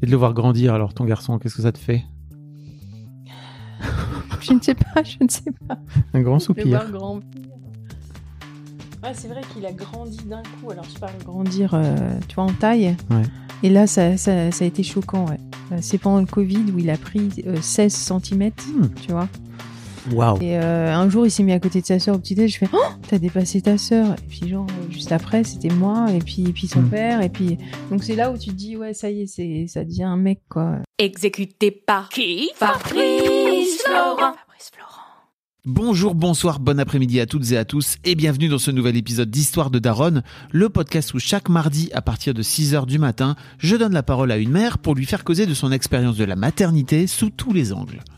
Et de le voir grandir, alors ton garçon, qu'est-ce que ça te fait Je ne sais pas, je ne sais pas. Un grand Le voir soupir. grand. Ouais, c'est vrai qu'il a grandi d'un coup. Alors, je parle grandir, euh, tu vois, en taille. Ouais. Et là, ça, ça- ça a été choquant, ouais. Euh, C'est pendant le Covid où il a pris euh, 16 cm, Hmm. tu vois. Waouh. Et euh, un jour, il s'est mis à côté de sa sœur au petit déj. Je fais, oh, t'as dépassé ta sœur. Et puis, genre, euh, juste après, c'était moi, et puis, et puis son Hmm. père, et puis. Donc, c'est là où tu te dis, ouais, ça y est, c'est, ça devient un mec, quoi. Exécuté par qui Fabrice Florent. Fabrice Florent. Bonjour, bonsoir, bon après-midi à toutes et à tous et bienvenue dans ce nouvel épisode d'Histoire de Daronne, le podcast où chaque mardi à partir de 6h du matin, je donne la parole à une mère pour lui faire causer de son expérience de la maternité sous tous les angles.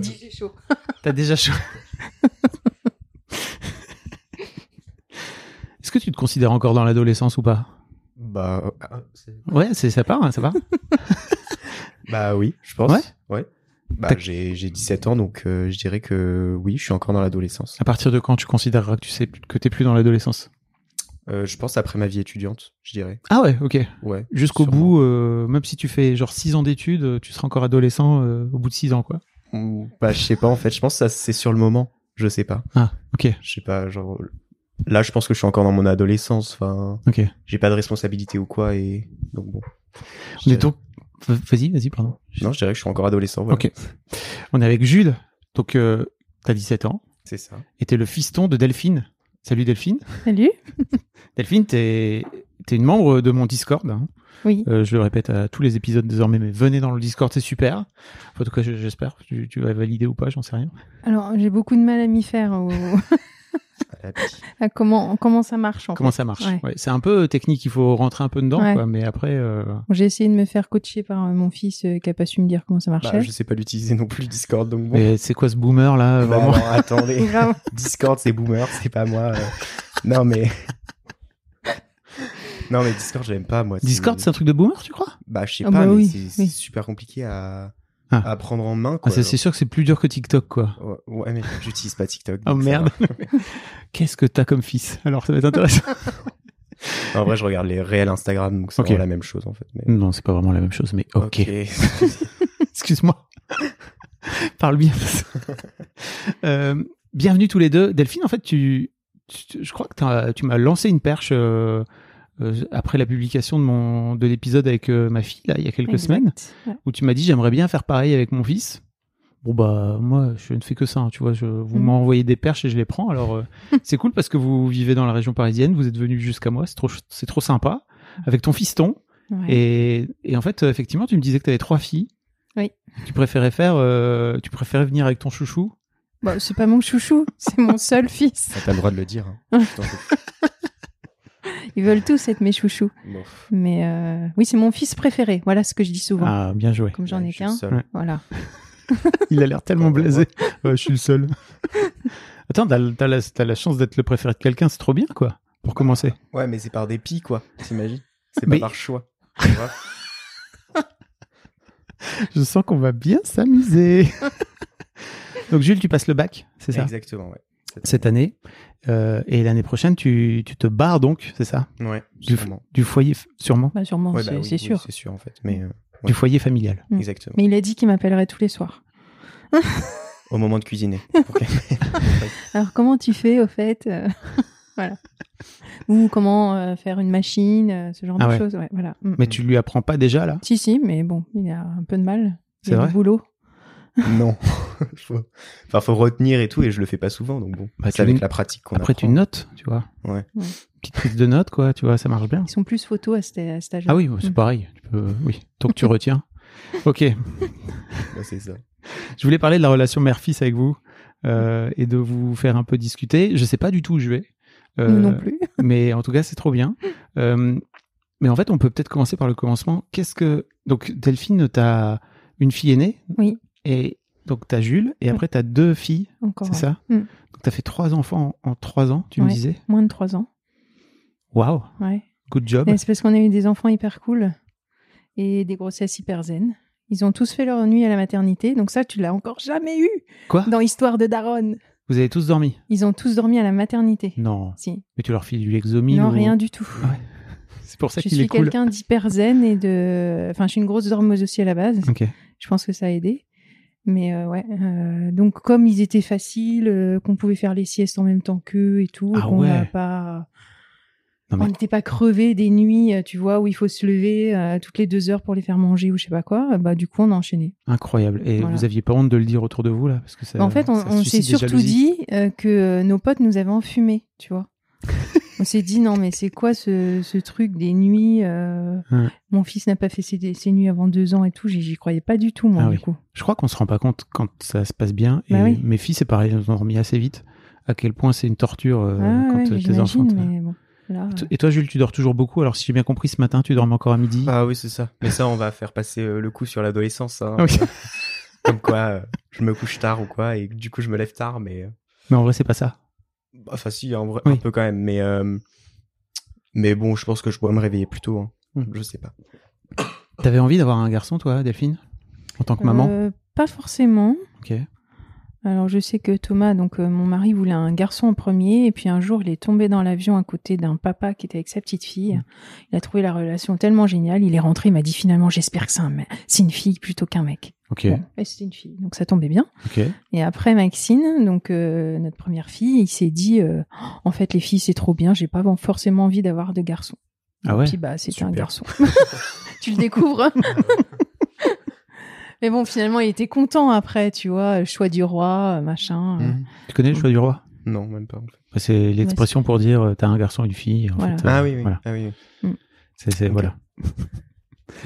J'ai chaud. T'as déjà chaud. Est-ce que tu te considères encore dans l'adolescence ou pas Bah, ah, c'est- Ouais, c'est ça part, hein, ça part. bah oui, je pense. Ouais Bah, T'as- j'ai j'ai 17 ans, donc euh, je dirais que oui, je suis encore dans l'adolescence. À partir de quand tu considéreras que tu sais plus- que t'es plus dans l'adolescence Euh, je pense après ma vie étudiante, je dirais. Ah ouais, ok. Ouais. Jusqu'au sûrement. bout, euh, même si tu fais genre 6 ans d'études, euh, tu seras encore adolescent euh, au bout de 6 ans, quoi. Ou- Bah, je sais pas, en fait, je pense que ça, c'est sur le moment. Je sais pas. Ah, ok, Je sais pas, genre. Là, je pense que je suis encore dans mon adolescence. Enfin, ok. j'ai pas de responsabilité ou quoi, et donc bon. On Je- est donc... v- Vas-y, vas-y, pardon. Non, je dirais que je suis encore adolescent. Voilà. Ok. On est avec Jules, donc euh, t'as 17 ans, C'est ça. et t'es le fiston de Delphine. Salut Delphine. Salut. Delphine, t'es t'es une membre de mon Discord. hein. Oui. Euh, je le répète à tous les épisodes désormais, mais venez dans le Discord, c'est super. Enfin, en tout cas, je- j'espère. Tu, tu vas valider ou pas, j'en sais rien. Alors, j'ai beaucoup de mal à m'y faire, au- À la petite. à comment, comment ça marche, en Comment ça marche Ouais. Ouais, C'est un peu euh, technique, il faut rentrer un peu dedans, Ouais. quoi, mais après... euh, Bon, J'ai essayé de me faire coacher par euh, mon fils euh, qui a pas su me dire comment ça marchait. Bah, je sais pas l'utiliser non plus, Discord, donc bon. Mais c'est quoi ce boomer Ah, là Bah, vraiment non, attendez. Grave. Discord, c'est boomer, c'est pas moi. euh. Non, mais. Non, mais Discord, j'aime pas, moi. Discord, c'est un truc de boomer, tu crois Bah, je sais Ah pas, bah mais oui, c'est c'est oui. super compliqué à... Ah. à prendre en main, Ah, quoi. ça, C'est sûr que c'est plus dur que TikTok, quoi. genre. Ouais, ouais, mais j'utilise pas TikTok. Oh donc ça merde. Qu'est-ce que t'as comme fils Alors, ça va être intéressant. va. En vrai, je regarde les réels Instagram, donc c'est Ok. vraiment la même chose, en fait. mais- non, c'est pas vraiment la même chose, mais ok. Ok. Excuse-moi. Parle bien. Euh, bienvenue tous les deux. Delphine, en fait, tu, tu- je crois que t'as- tu m'as lancé une perche euh, euh, après la publication de, mon, de l'épisode avec euh, ma fille, là, il y a quelques Exact. semaines, Ouais. où tu m'as dit j'aimerais bien faire pareil avec mon fils. Bon, bah, moi, je ne fais que ça. hein, tu vois, je, vous Mm. Mhm. m'envoyez des perches et je les prends. Alors, euh, c'est cool parce que vous vivez dans la région parisienne, vous êtes venu jusqu'à moi, c'est trop, ch- c'est trop sympa. Avec ton fiston. Ouais. Et, et en fait, euh, effectivement, tu me disais que tu avais trois filles. Oui. Tu préférais faire, euh, tu préférais venir avec ton chouchou Bon, Bah, c'est pas mon chouchou, c'est mon seul fils. T'as le droit de le dire. hein. Je t'en prie. Ils veulent tous être mes chouchous. Bon. Mais euh, oui, c'est mon fils préféré. Voilà ce que je dis souvent. Ah, bien joué. Comme j'en Ouais, ai je suis qu'un. seul. Ouais. Voilà. Il a l'air tellement Ouais, blasé. Ouais, je suis le seul. Attends, t'as t'as la, t'as la chance d'être le préféré de quelqu'un, c'est trop bien, quoi. Pour commencer. Ouais, mais c'est par dépit, quoi. T'imagines C'est pas Mais- par choix. tu vois. Je sens qu'on va bien s'amuser. Donc, Jules, tu passes le bac, c'est ça Exactement, ouais. Cette année. Euh, et l'année prochaine, tu, tu te barres donc, c'est ça Ouais, Du, f- sûrement. du foyer, f- sûrement. Bah, sûrement, Ouais, c'est bah oui, c'est oui, sûr. C'est sûr, en fait. Mais euh, Du foyer familial. Mm. exactement. Mais il a dit qu'il m'appellerait tous les soirs. Au moment de cuisiner. Ok. Alors, comment tu fais, au fait euh, Voilà. Ou comment euh, faire une machine, euh, ce genre Ah de ouais. choses. Ouais, voilà. Mm. Mais tu lui apprends pas déjà, là Si, si, mais bon, il a un peu de mal. Il C'est a vrai du boulot. non. faut... Enfin, faut retenir et tout, et je le fais pas souvent, donc bon. Bah, tu c'est avec notes- la pratique qu'on Après, apprend. tu notes, tu vois. Ouais. Ouais. Petite prise de notes, quoi, tu vois, ça marche bien. Ils sont plus photos à cet, à cet âge-là. Ah oui, c'est Mm. pareil. Tu peux- euh, oui, tant que tu retiens. Ok, Ouais, c'est ça. Je voulais parler de la relation mère-fils avec vous euh, et de vous faire un peu discuter. Je sais pas du tout où je vais. euh, Nous non plus. Mais en tout cas, c'est trop bien. Euh, mais en fait, on peut peut-être commencer par le commencement. Qu'est-ce que. Donc, Delphine, t'as une fille aînée. Oui. Et donc, t'as Jules. Et après, t'as deux filles. Encore C'est ça Mm. Donc, t'as fait trois enfants en, en trois ans, tu me Ouais. disais. moins de 3 ans. Waouh, Ouais. good job. Et C'est parce qu'on a eu des enfants hyper cool et des grossesses hyper zen. Ils ont tous fait leur nuit à la maternité, donc ça, tu l'as encore jamais eu Quoi dans Histoire de Daronne. Vous avez tous dormi Ils ont tous dormi à la maternité. Non. Si. Mais tu leur files du Lexomil Non, ou- rien du tout. Ah ouais. C'est pour ça Je qu'il est suis cool. quelqu'un d'hyper zen et de. Enfin, je suis une grosse dormeuse aussi à la base. Ok. Je pense que ça a aidé. Mais euh, ouais. euh, donc, comme ils étaient faciles, euh, qu'on pouvait faire les siestes en même temps qu'eux et tout, Ah qu'on n'a ouais. pas. Non, mais- On n'était pas crevés des nuits, euh, tu vois, où il faut se lever euh, toutes les deux heures pour les faire manger ou je sais pas quoi. euh, Bah, du coup, on a enchaîné. Incroyable. Et Voilà. vous aviez pas honte de le dire autour de vous là parce que ça, Bah, en fait, on, ça on s'est suscite des surtout jalousies. dit euh, que nos potes nous avaient enfumés, tu vois. on s'est dit, non, mais c'est quoi ce, ce truc des nuits euh, Ouais. Mon fils n'a pas fait ses, ses nuits avant deux ans et tout. J'y j'y croyais pas du tout, moi, Ah du oui. coup. Je crois qu'on se rend pas compte quand ça se passe bien. Et Bah oui. mes filles, c'est pareil, elles ont dormi assez vite. À quel point c'est une torture euh, Ah quand ouais, euh, tes j'imagine, enfants. te- mais bon, là, Et to- Et toi, Jules, tu dors toujours beaucoup. Alors, si j'ai bien compris, ce matin, tu dormais encore à midi. Ah oui, c'est ça. Mais ça, on va faire passer euh, le coup sur l'adolescence. hein. Ah oui. Comme quoi, euh, je me couche tard ou quoi, et du coup, je me lève tard, mais. euh, Mais en vrai, c'est pas ça. bah, Enfin, si, en vrai, Oui. un peu quand même, mais. euh, Mais bon, je pense que je pourrais me réveiller plus tôt. hein. Mm. Je sais pas. T'avais envie d'avoir un garçon, toi, Delphine, en tant que maman. euh, pas forcément. Ok. Alors je sais que Thomas, donc euh, mon mari, voulait un garçon en premier, et puis un jour il est tombé dans l'avion à côté d'un papa qui était avec sa petite Mm. fille. Il a trouvé la relation tellement géniale, il est rentré, il m'a dit finalement j'espère que c'est un me- c'est une fille plutôt qu'un mec. Ok. Bon, et c'était une fille, donc ça tombait bien. Ok. Et après Maxine, donc euh, notre première fille, il s'est dit euh, en fait les filles c'est trop bien, j'ai pas forcément envie d'avoir de garçon. Ah ouais. Puis bah, c'était un Super. garçon. tu le découvres. Mais bon, finalement, il était content après, tu vois, le choix du roi, euh, machin. euh. Mm. Tu connais le choix du roi Non, même pas. en fait. Bah, C'est l'expression pour dire euh, t'as un garçon et une fille. en Voilà. fait, euh, Ah oui, oui. voilà. Ah oui, oui. C'est- c'est- Ok. voilà. Bon,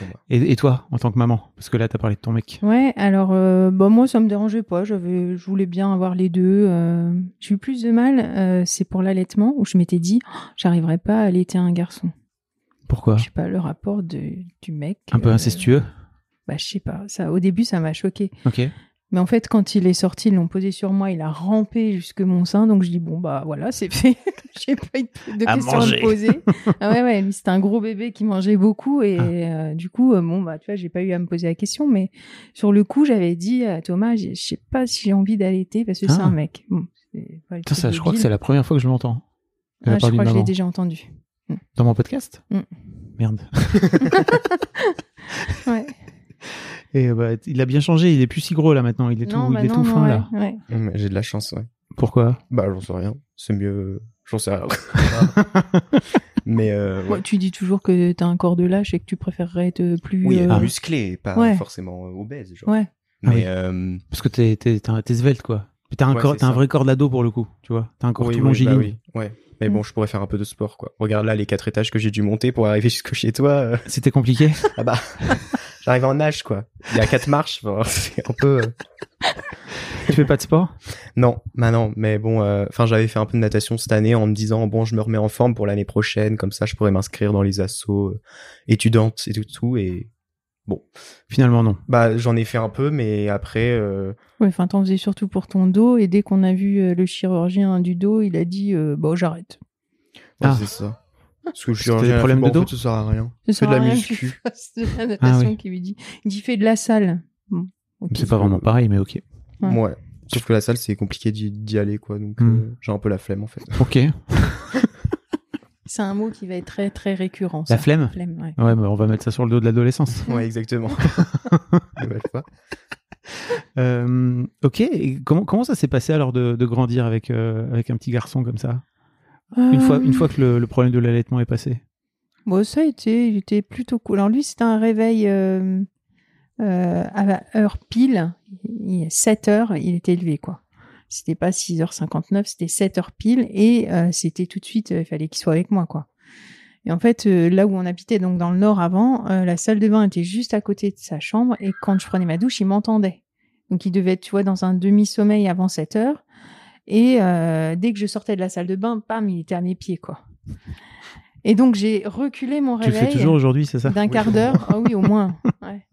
bah. Et, et toi, en tant que maman, parce que là, t'as parlé de ton mec. Ouais, alors, euh, bah, moi, ça me dérangeait pas. J'avais, je voulais bien avoir les deux. euh. J'ai eu plus de mal, euh, c'est pour l'allaitement, où je m'étais dit, Oh, j'arriverai pas à allaiter un garçon. Pourquoi Je sais pas, le rapport de- du mec. Ah. Un peu euh, incestueux. Bah, je sais pas. Ça, au début, ça m'a choqué. Ok. Mais en fait, quand il est sorti, ils l'ont posé sur moi, il a rampé jusque mon sein, donc je dis bon bah voilà, c'est fait. J'ai pas eu de À questions à manger. me poser. ah ouais ouais, lui c'était un gros bébé qui mangeait beaucoup et Ah. euh, du coup euh, bon bah tu vois, j'ai pas eu à me poser la question, mais sur le coup j'avais dit à Thomas, j'ai- je sais pas si j'ai envie d'allaiter parce que c'est Ah. un mec. Bon, c'est pas le Putain, truc ça, je crois que débile. c'est la première fois que je l'entends. de la part Ah, je d'une crois que je l'ai maman. déjà entendu. Dans mon podcast Mm. Merde. Ouais. Et euh, bah, t- il a bien changé, il est plus si gros là maintenant, il est tout, il est tout fin bah ouais, là. ouais. Mm, J'ai de la chance, ouais. Pourquoi Bah, j'en sais rien. C'est mieux. euh, J'en sais rien. mais. euh, ouais. Ouais, tu dis toujours que t'as un corps de lâche et que tu préférerais être plus. Oui, euh, Ah. musclé, pas Ouais. forcément euh, obèse, genre. Ouais. Ah Mais oui. euh, Parce que t'es, t'es, t'es, un- t'es svelte quoi. Puis T'as un, Ouais, corps- c'est t'as un ça. vrai corps d'ado pour le coup, tu vois. T'as un corps oui, tout oui, longiligne. bah oui, ouais. Mais Mm. bon, je pourrais faire un peu de sport, quoi. Regarde là les quatre étages que j'ai dû monter pour arriver jusque chez toi. euh. C'était compliqué Ah bah, J'arrive en nage, quoi. Il y a quatre marches. enfin, c'est un peu. euh, Tu fais pas de sport Non, bah non, mais bon, euh, enfin j'avais fait un peu de natation cette année en me disant bon je me remets en forme pour l'année prochaine, comme ça je pourrais m'inscrire dans les assos euh, étudiantes et tout, tout et Finalement, non. bah j'en ai fait un peu, mais après euh, Oui, enfin, t'en faisais surtout pour ton dos, et dès qu'on a vu euh, le chirurgien du dos, il a dit euh, Bon, j'arrête. ouais, Ah. c'est ça. Parce que je Parce que t'as des problèmes de dos ça sert à rien. Ça Fais sert de la à rien que tu muscu. fasses de la natation Ah oui. qui lui dit Il dit Fais de la salle. Bon, ok. C'est pas vraiment pareil, mais ok. Ouais. Ouais. Sauf que la salle c'est compliqué d'y d'y aller quoi, donc Hmm. euh, j'ai un peu la flemme en fait. Ok. C'est un mot qui va être très, très récurrent. La ça. flemme flemme, ouais. Ouais, mais on va mettre ça sur le dos de l'adolescence. Ouais exactement. Ne mêle pas. Euh, ok, et comment, comment ça s'est passé alors de, de grandir avec, euh, avec un petit garçon comme ça une, Euh. fois, une fois que le, le problème de l'allaitement est passé Bon, ça a été, il était plutôt cool. Alors lui, c'était un réveil euh, euh, à la heure pile, Il- 7 heures, il était élevé, quoi. C'était pas 6h59, c'était 7 heures pile, et euh, c'était tout de suite, euh, il fallait qu'il soit avec moi, quoi. Et en fait, euh, là où on habitait, donc dans le nord avant, euh, la salle de bain était juste à côté de sa chambre, et quand je prenais ma douche, il m'entendait. Donc il devait être, tu vois, dans un demi-sommeil avant 7 heures. Et euh, dès que je sortais de la salle de bain, pam, il était à mes pieds, quoi. Et donc j'ai reculé mon Tu le réveil fais toujours aujourd'hui, c'est ça d'un quart d'heure. Ah oui, au moins. Ouais.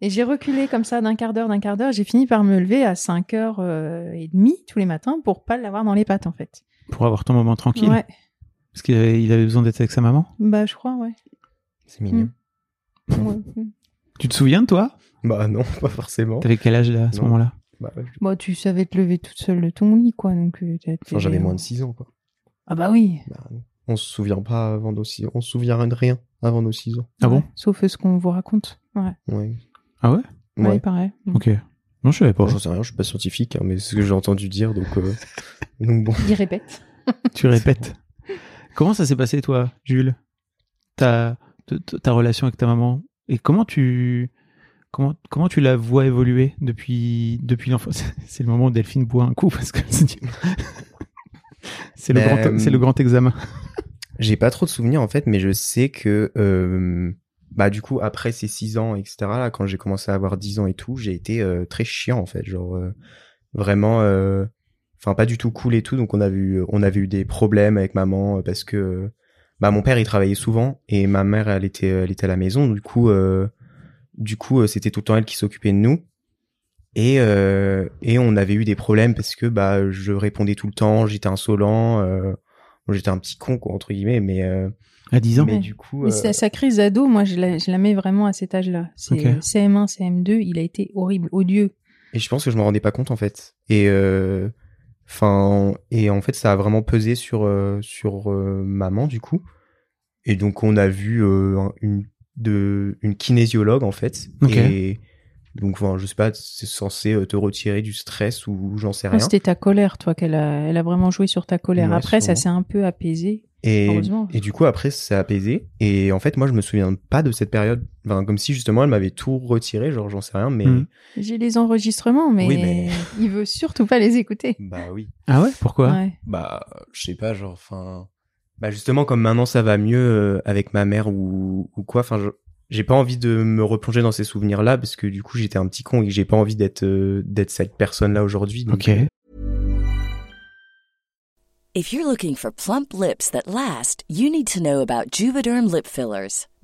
Et j'ai reculé comme ça d'un quart d'heure, d'un quart d'heure. J'ai fini par me lever à 5 heures euh, et demie tous les matins pour pas l'avoir dans les pattes, en fait. Pour avoir ton moment tranquille Ouais, Parce qu'il avait, il avait besoin d'être avec sa maman bah je crois, ouais. C'est mignon. Ouais. Tu te souviens, toi Bah non, pas forcément. T'avais quel âge là, à ce Non. moment-là Bah, ouais, je- Bon, tu savais te lever toute seule de ton lit, quoi. Donc, euh, t'as- enfin, j'avais moins de 6 ans quoi. Ah bah oui. Bah, on se souvient pas avant nos six- on se souvient de rien avant nos 6 ans. Ah bon Ouais. Sauf euh, ce qu'on vous raconte. Ouais, Ouais. Ah ouais ouais. pareil. Ok. Non, je savais pas. Bon, j'en sais rien, je suis pas scientifique, hein, mais c'est ce que j'ai entendu dire, donc, euh, donc bon. Il répète. tu répètes. Comment ça s'est passé, toi, Jules ta, t- t- ta relation avec ta maman Et comment tu, comment, comment tu la vois évoluer depuis, depuis l'enfance C'est le moment où Delphine boit un coup parce que c'est du- c'est le, Ben, grand- c'est le grand examen. J'ai pas trop de souvenirs en fait, mais je sais que, euh, bah du coup, après ces 6 ans, etc., là, quand j'ai commencé à avoir 10 ans et tout, j'ai été euh, très chiant en fait, genre euh, vraiment, euh, enfin pas du tout cool et tout, donc on avait eu, on avait eu des problèmes avec maman euh, parce que, euh, bah mon père il travaillait souvent et ma mère elle était, elle était à la maison, du coup, euh, du coup euh, c'était tout le temps elle qui s'occupait de nous. Et, euh, et on avait eu des problèmes parce que bah je répondais tout le temps, j'étais insolent, euh, Bon, j'étais un petit con, quoi, entre guillemets, mais, euh, À 10 ans mais Ouais. du coup. Mais euh, sa, sa crise d'ado, moi, je la, je la mets vraiment à cet âge-là. C'est Ok. CM1, CM2, il a été horrible, odieux. Et je pense que je m'en rendais pas compte, en fait. Et, euh, 'fin, et en fait, ça a vraiment pesé sur, euh, sur euh, maman, du coup. Et donc, on a vu euh, un- une, de, une kinésiologue, en fait. Ok. Et donc, 'fin, je sais pas, c'est censé euh, te retirer du stress ou j'en sais Ah, rien. C'était ta colère, toi, qu'elle a, elle a vraiment joué sur ta colère. Ouais, Après, ça sûrement. s'est un peu apaisé. Et, Heureusement. et du coup, après, ça s'est apaisé. Et en fait, moi, je me souviens pas de cette période. Enfin, comme si justement, elle m'avait tout retiré, genre, j'en sais rien, mais. Hmm. J'ai les enregistrements, mais, Oui, mais- il veut surtout pas les écouter. Bah oui. Ah ouais Pourquoi Ouais. bah je sais pas genre enfin bah justement comme maintenant ça va mieux euh, avec ma mère ou, ou quoi enfin je- j'ai pas envie de me replonger dans ces souvenirs là parce que du coup j'étais un petit con et que j'ai pas envie d'être euh, d'être cette personne là aujourd'hui donc Ok. euh, If you're looking for plump lips that last, you need to know about Juvederm lip fillers.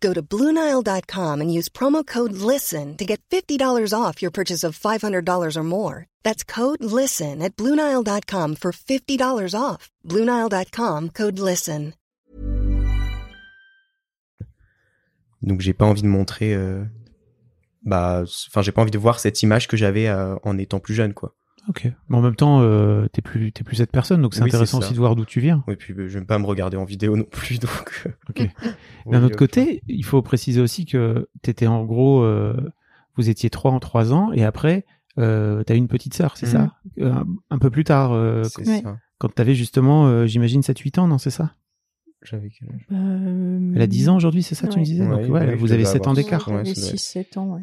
Go to BlueNile.com and use promo code LISTEN to get $50 off your purchase of $500 or more. That's code LISTEN at BlueNile.com for $50 off. BlueNile.com code LISTEN. Donc j'ai pas envie de montrer, euh, bah, enfin j'ai pas envie de voir cette image que j'avais euh, en étant plus jeune, quoi. Ok. Mais en même temps, euh, t'es plus, t'es plus cette personne, donc c'est Oui, c'est intéressant ça. aussi de voir d'où tu viens. Et puis euh, je vais pas me regarder en vidéo non plus, donc. euh. Ok. D'un Oui, autre euh, côté, il faut préciser aussi que t'étais en gros, euh, vous étiez trois en trois ans, et après, euh, t'as eu une petite sœur, c'est Mhm. ça Euh, un, un peu plus tard, euh, c'est ouais. ça. quand t'avais justement, euh, j'imagine, 7-8 ans, non, c'est ça J'avais quel âge Euh, Elle a 10 ans aujourd'hui, c'est ça, tu Ouais. me disais Donc, Ouais, ouais, ouais, je vous avez devais 7 ans avoir d'écart. Ouais, ça doit être. 6-7 ans, ouais.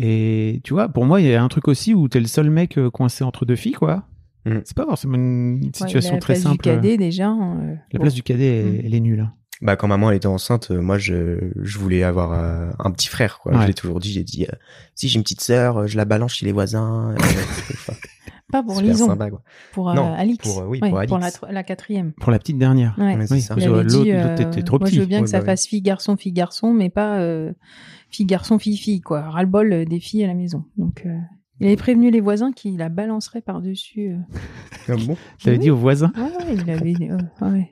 Et tu vois, pour moi, il y a un truc aussi où t'es le seul mec euh, coincé entre deux filles, quoi. Mm. C'est pas forcément une Ouais, situation la très place simple. Du cadet, déjà. euh, La bon. place du cadet, elle, Mm. elle est nulle. hein. Bah quand maman elle était enceinte, euh, moi je, je voulais avoir euh, un petit frère, quoi. Ouais. Je l'ai toujours dit, j'ai dit euh, si j'ai une petite sœur, euh, je la balance chez les voisins. euh, c'est pas- Pas pour super Lison, sympa, quoi. pour euh, Non, Alix. pour, euh, oui, Ouais, pour Alix. la, tro- la quatrième. Pour la petite dernière. Ouais. Mais Oui, c'est ça. parce Il que avait l'autre, dit, l'autre, euh, t'étais trop Moi, petit. je veux bien Oui, que ça bah oui. fasse fille-garçon, fille-garçon, mais pas euh, fille-garçon, fille-fille, quoi. Ras-le-bol euh, des filles à la maison. Donc, euh, il avait prévenu les voisins qu'il la balancerait par-dessus. euh. Ah bon T'avais Oui. dit aux voisins. Ouais, ouais, il avait. euh, ouais.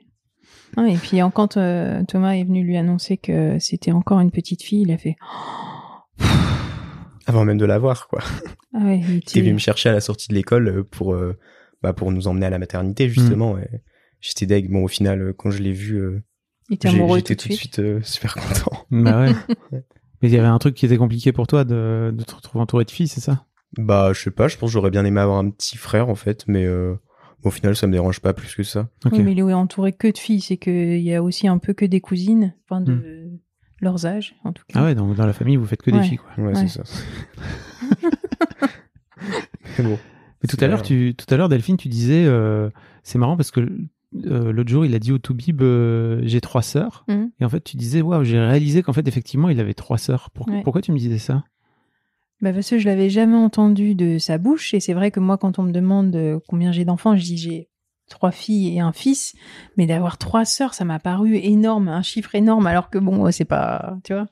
Ouais, et puis, en- quand euh, Thomas est venu lui annoncer que c'était encore une petite fille, il a fait. Avant même de l'avoir, quoi. Ah ouais, il T'es était- venu me chercher à la sortie de l'école euh, pour, euh, bah, pour nous emmener à la Mm. maternité, justement. et J'étais deg. Bon, au final, euh, quand je l'ai vu, euh, il était j'ai- amoureux j'étais tout de suite euh, super content. Bah ouais. Mais il y avait un truc qui était compliqué pour toi de, de te retrouver entouré de filles, c'est ça Bah, je sais pas, je pense que j'aurais bien aimé avoir un petit frère, en fait, mais euh, au final, ça me dérange pas plus que ça. Ok. Oui, mais il est entouré que de filles, c'est qu'il y a aussi un peu que des cousines, enfin de leurs âges en tout cas. Hmm. Ah ouais, donc dans la famille, vous faites que Ouais. des filles, quoi. Ouais, Ouais. c'est ça. mais bon. Euh, Mais tout C'est à l'heure, vrai. tu, tout à l'heure, Delphine, tu disais, euh, c'est marrant parce que euh, l'autre jour, il a dit au Toubib, euh, j'ai trois sœurs. Mhm. Et en fait, tu disais, waouh, j'ai réalisé qu'en fait, effectivement, il avait trois sœurs. Pourquoi, Ouais. pourquoi tu me disais ça Bah parce que je l'avais jamais entendu de sa bouche, et c'est vrai que moi, quand on me demande euh, combien j'ai d'enfants, je dis j'ai trois filles et un fils, mais d'avoir trois sœurs, ça m'a paru énorme, un chiffre énorme, alors que bon, euh, c'est pas, tu vois.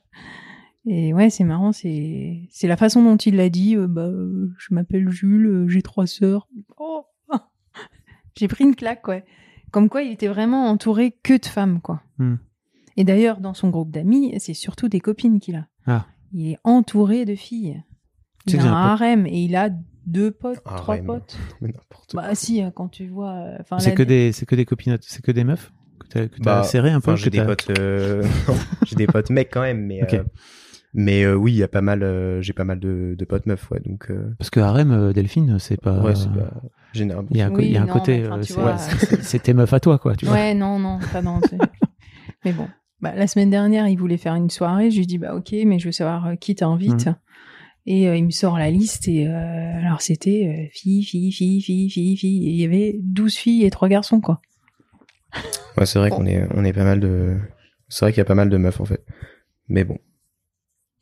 Et ouais, c'est marrant, c'est c'est la façon dont il l'a dit. euh, bah, euh, je m'appelle Jules, euh, j'ai trois sœurs. Oh, j'ai pris une claque, ouais. Comme quoi, il était vraiment entouré que de femmes, quoi. Hmm. Et d'ailleurs, dans son groupe d'amis, c'est surtout des copines qu'il a. Ah. Il est entouré de filles. Tu sais Il que a j'ai un un pote- harem et il a deux potes, Harem. trois potes. Mais n'importe quoi. Bah si, euh, quand tu vois. euh, enfin, C'est la- que des, c'est que des copines, c'est que des meufs que t'as, que t'as Bah, serré un peu. Enfin, que j'ai des t'as- potes, euh, non, j'ai des potes mecs quand même, mais Ok. euh, mais euh, oui, il y a pas mal, euh, j'ai pas mal de, de potes meufs, ouais. Donc euh, Parce que harem, euh, Delphine, c'est Ah. pas. ouais, c'est pas généralement. Il y a un, co- Oui, il y a un non, côté, mais enfin, euh, tu c'est, vois, c'est- c'est tes meufs à toi, quoi. Tu vois. Ouais, non, non, pas dans. c'est- mais bon, Bah, la semaine dernière, il voulait faire une soirée. Je lui dis bah ok, mais je veux savoir euh, qui t'invite. Mm. Et euh, il me sort la liste et euh, alors c'était euh, fille, fille, fille, fille, fille, fille. Et il y avait 12 filles et trois garçons quoi. Ouais, c'est vrai qu'on est on est pas mal de, c'est vrai qu'il y a pas mal de meufs en fait. Mais bon,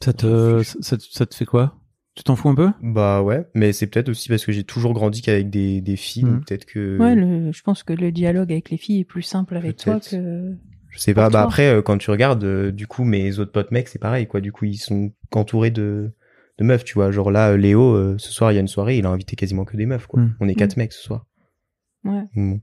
Ça te, ça, te- ça te fait quoi Tu t'en fous un peu bah ouais, mais c'est peut-être aussi parce que j'ai toujours grandi qu'avec des des filles, Mhm. donc peut-être que Mm. Ouais, le- je pense que le dialogue avec les filles est plus simple avec toi Peut-être. que. je sais pas. pour Bah toi. après, euh, quand tu regardes, euh, du coup, mes autres potes mecs, c'est pareil quoi. Du coup, ils sont entourés de de meufs, tu vois. Genre là, euh, Léo, euh, ce soir, il y a une soirée, il a invité quasiment que des meufs quoi. Mm. Mhm. On est quatre mecs ce soir. Ouais. Mm. Bon.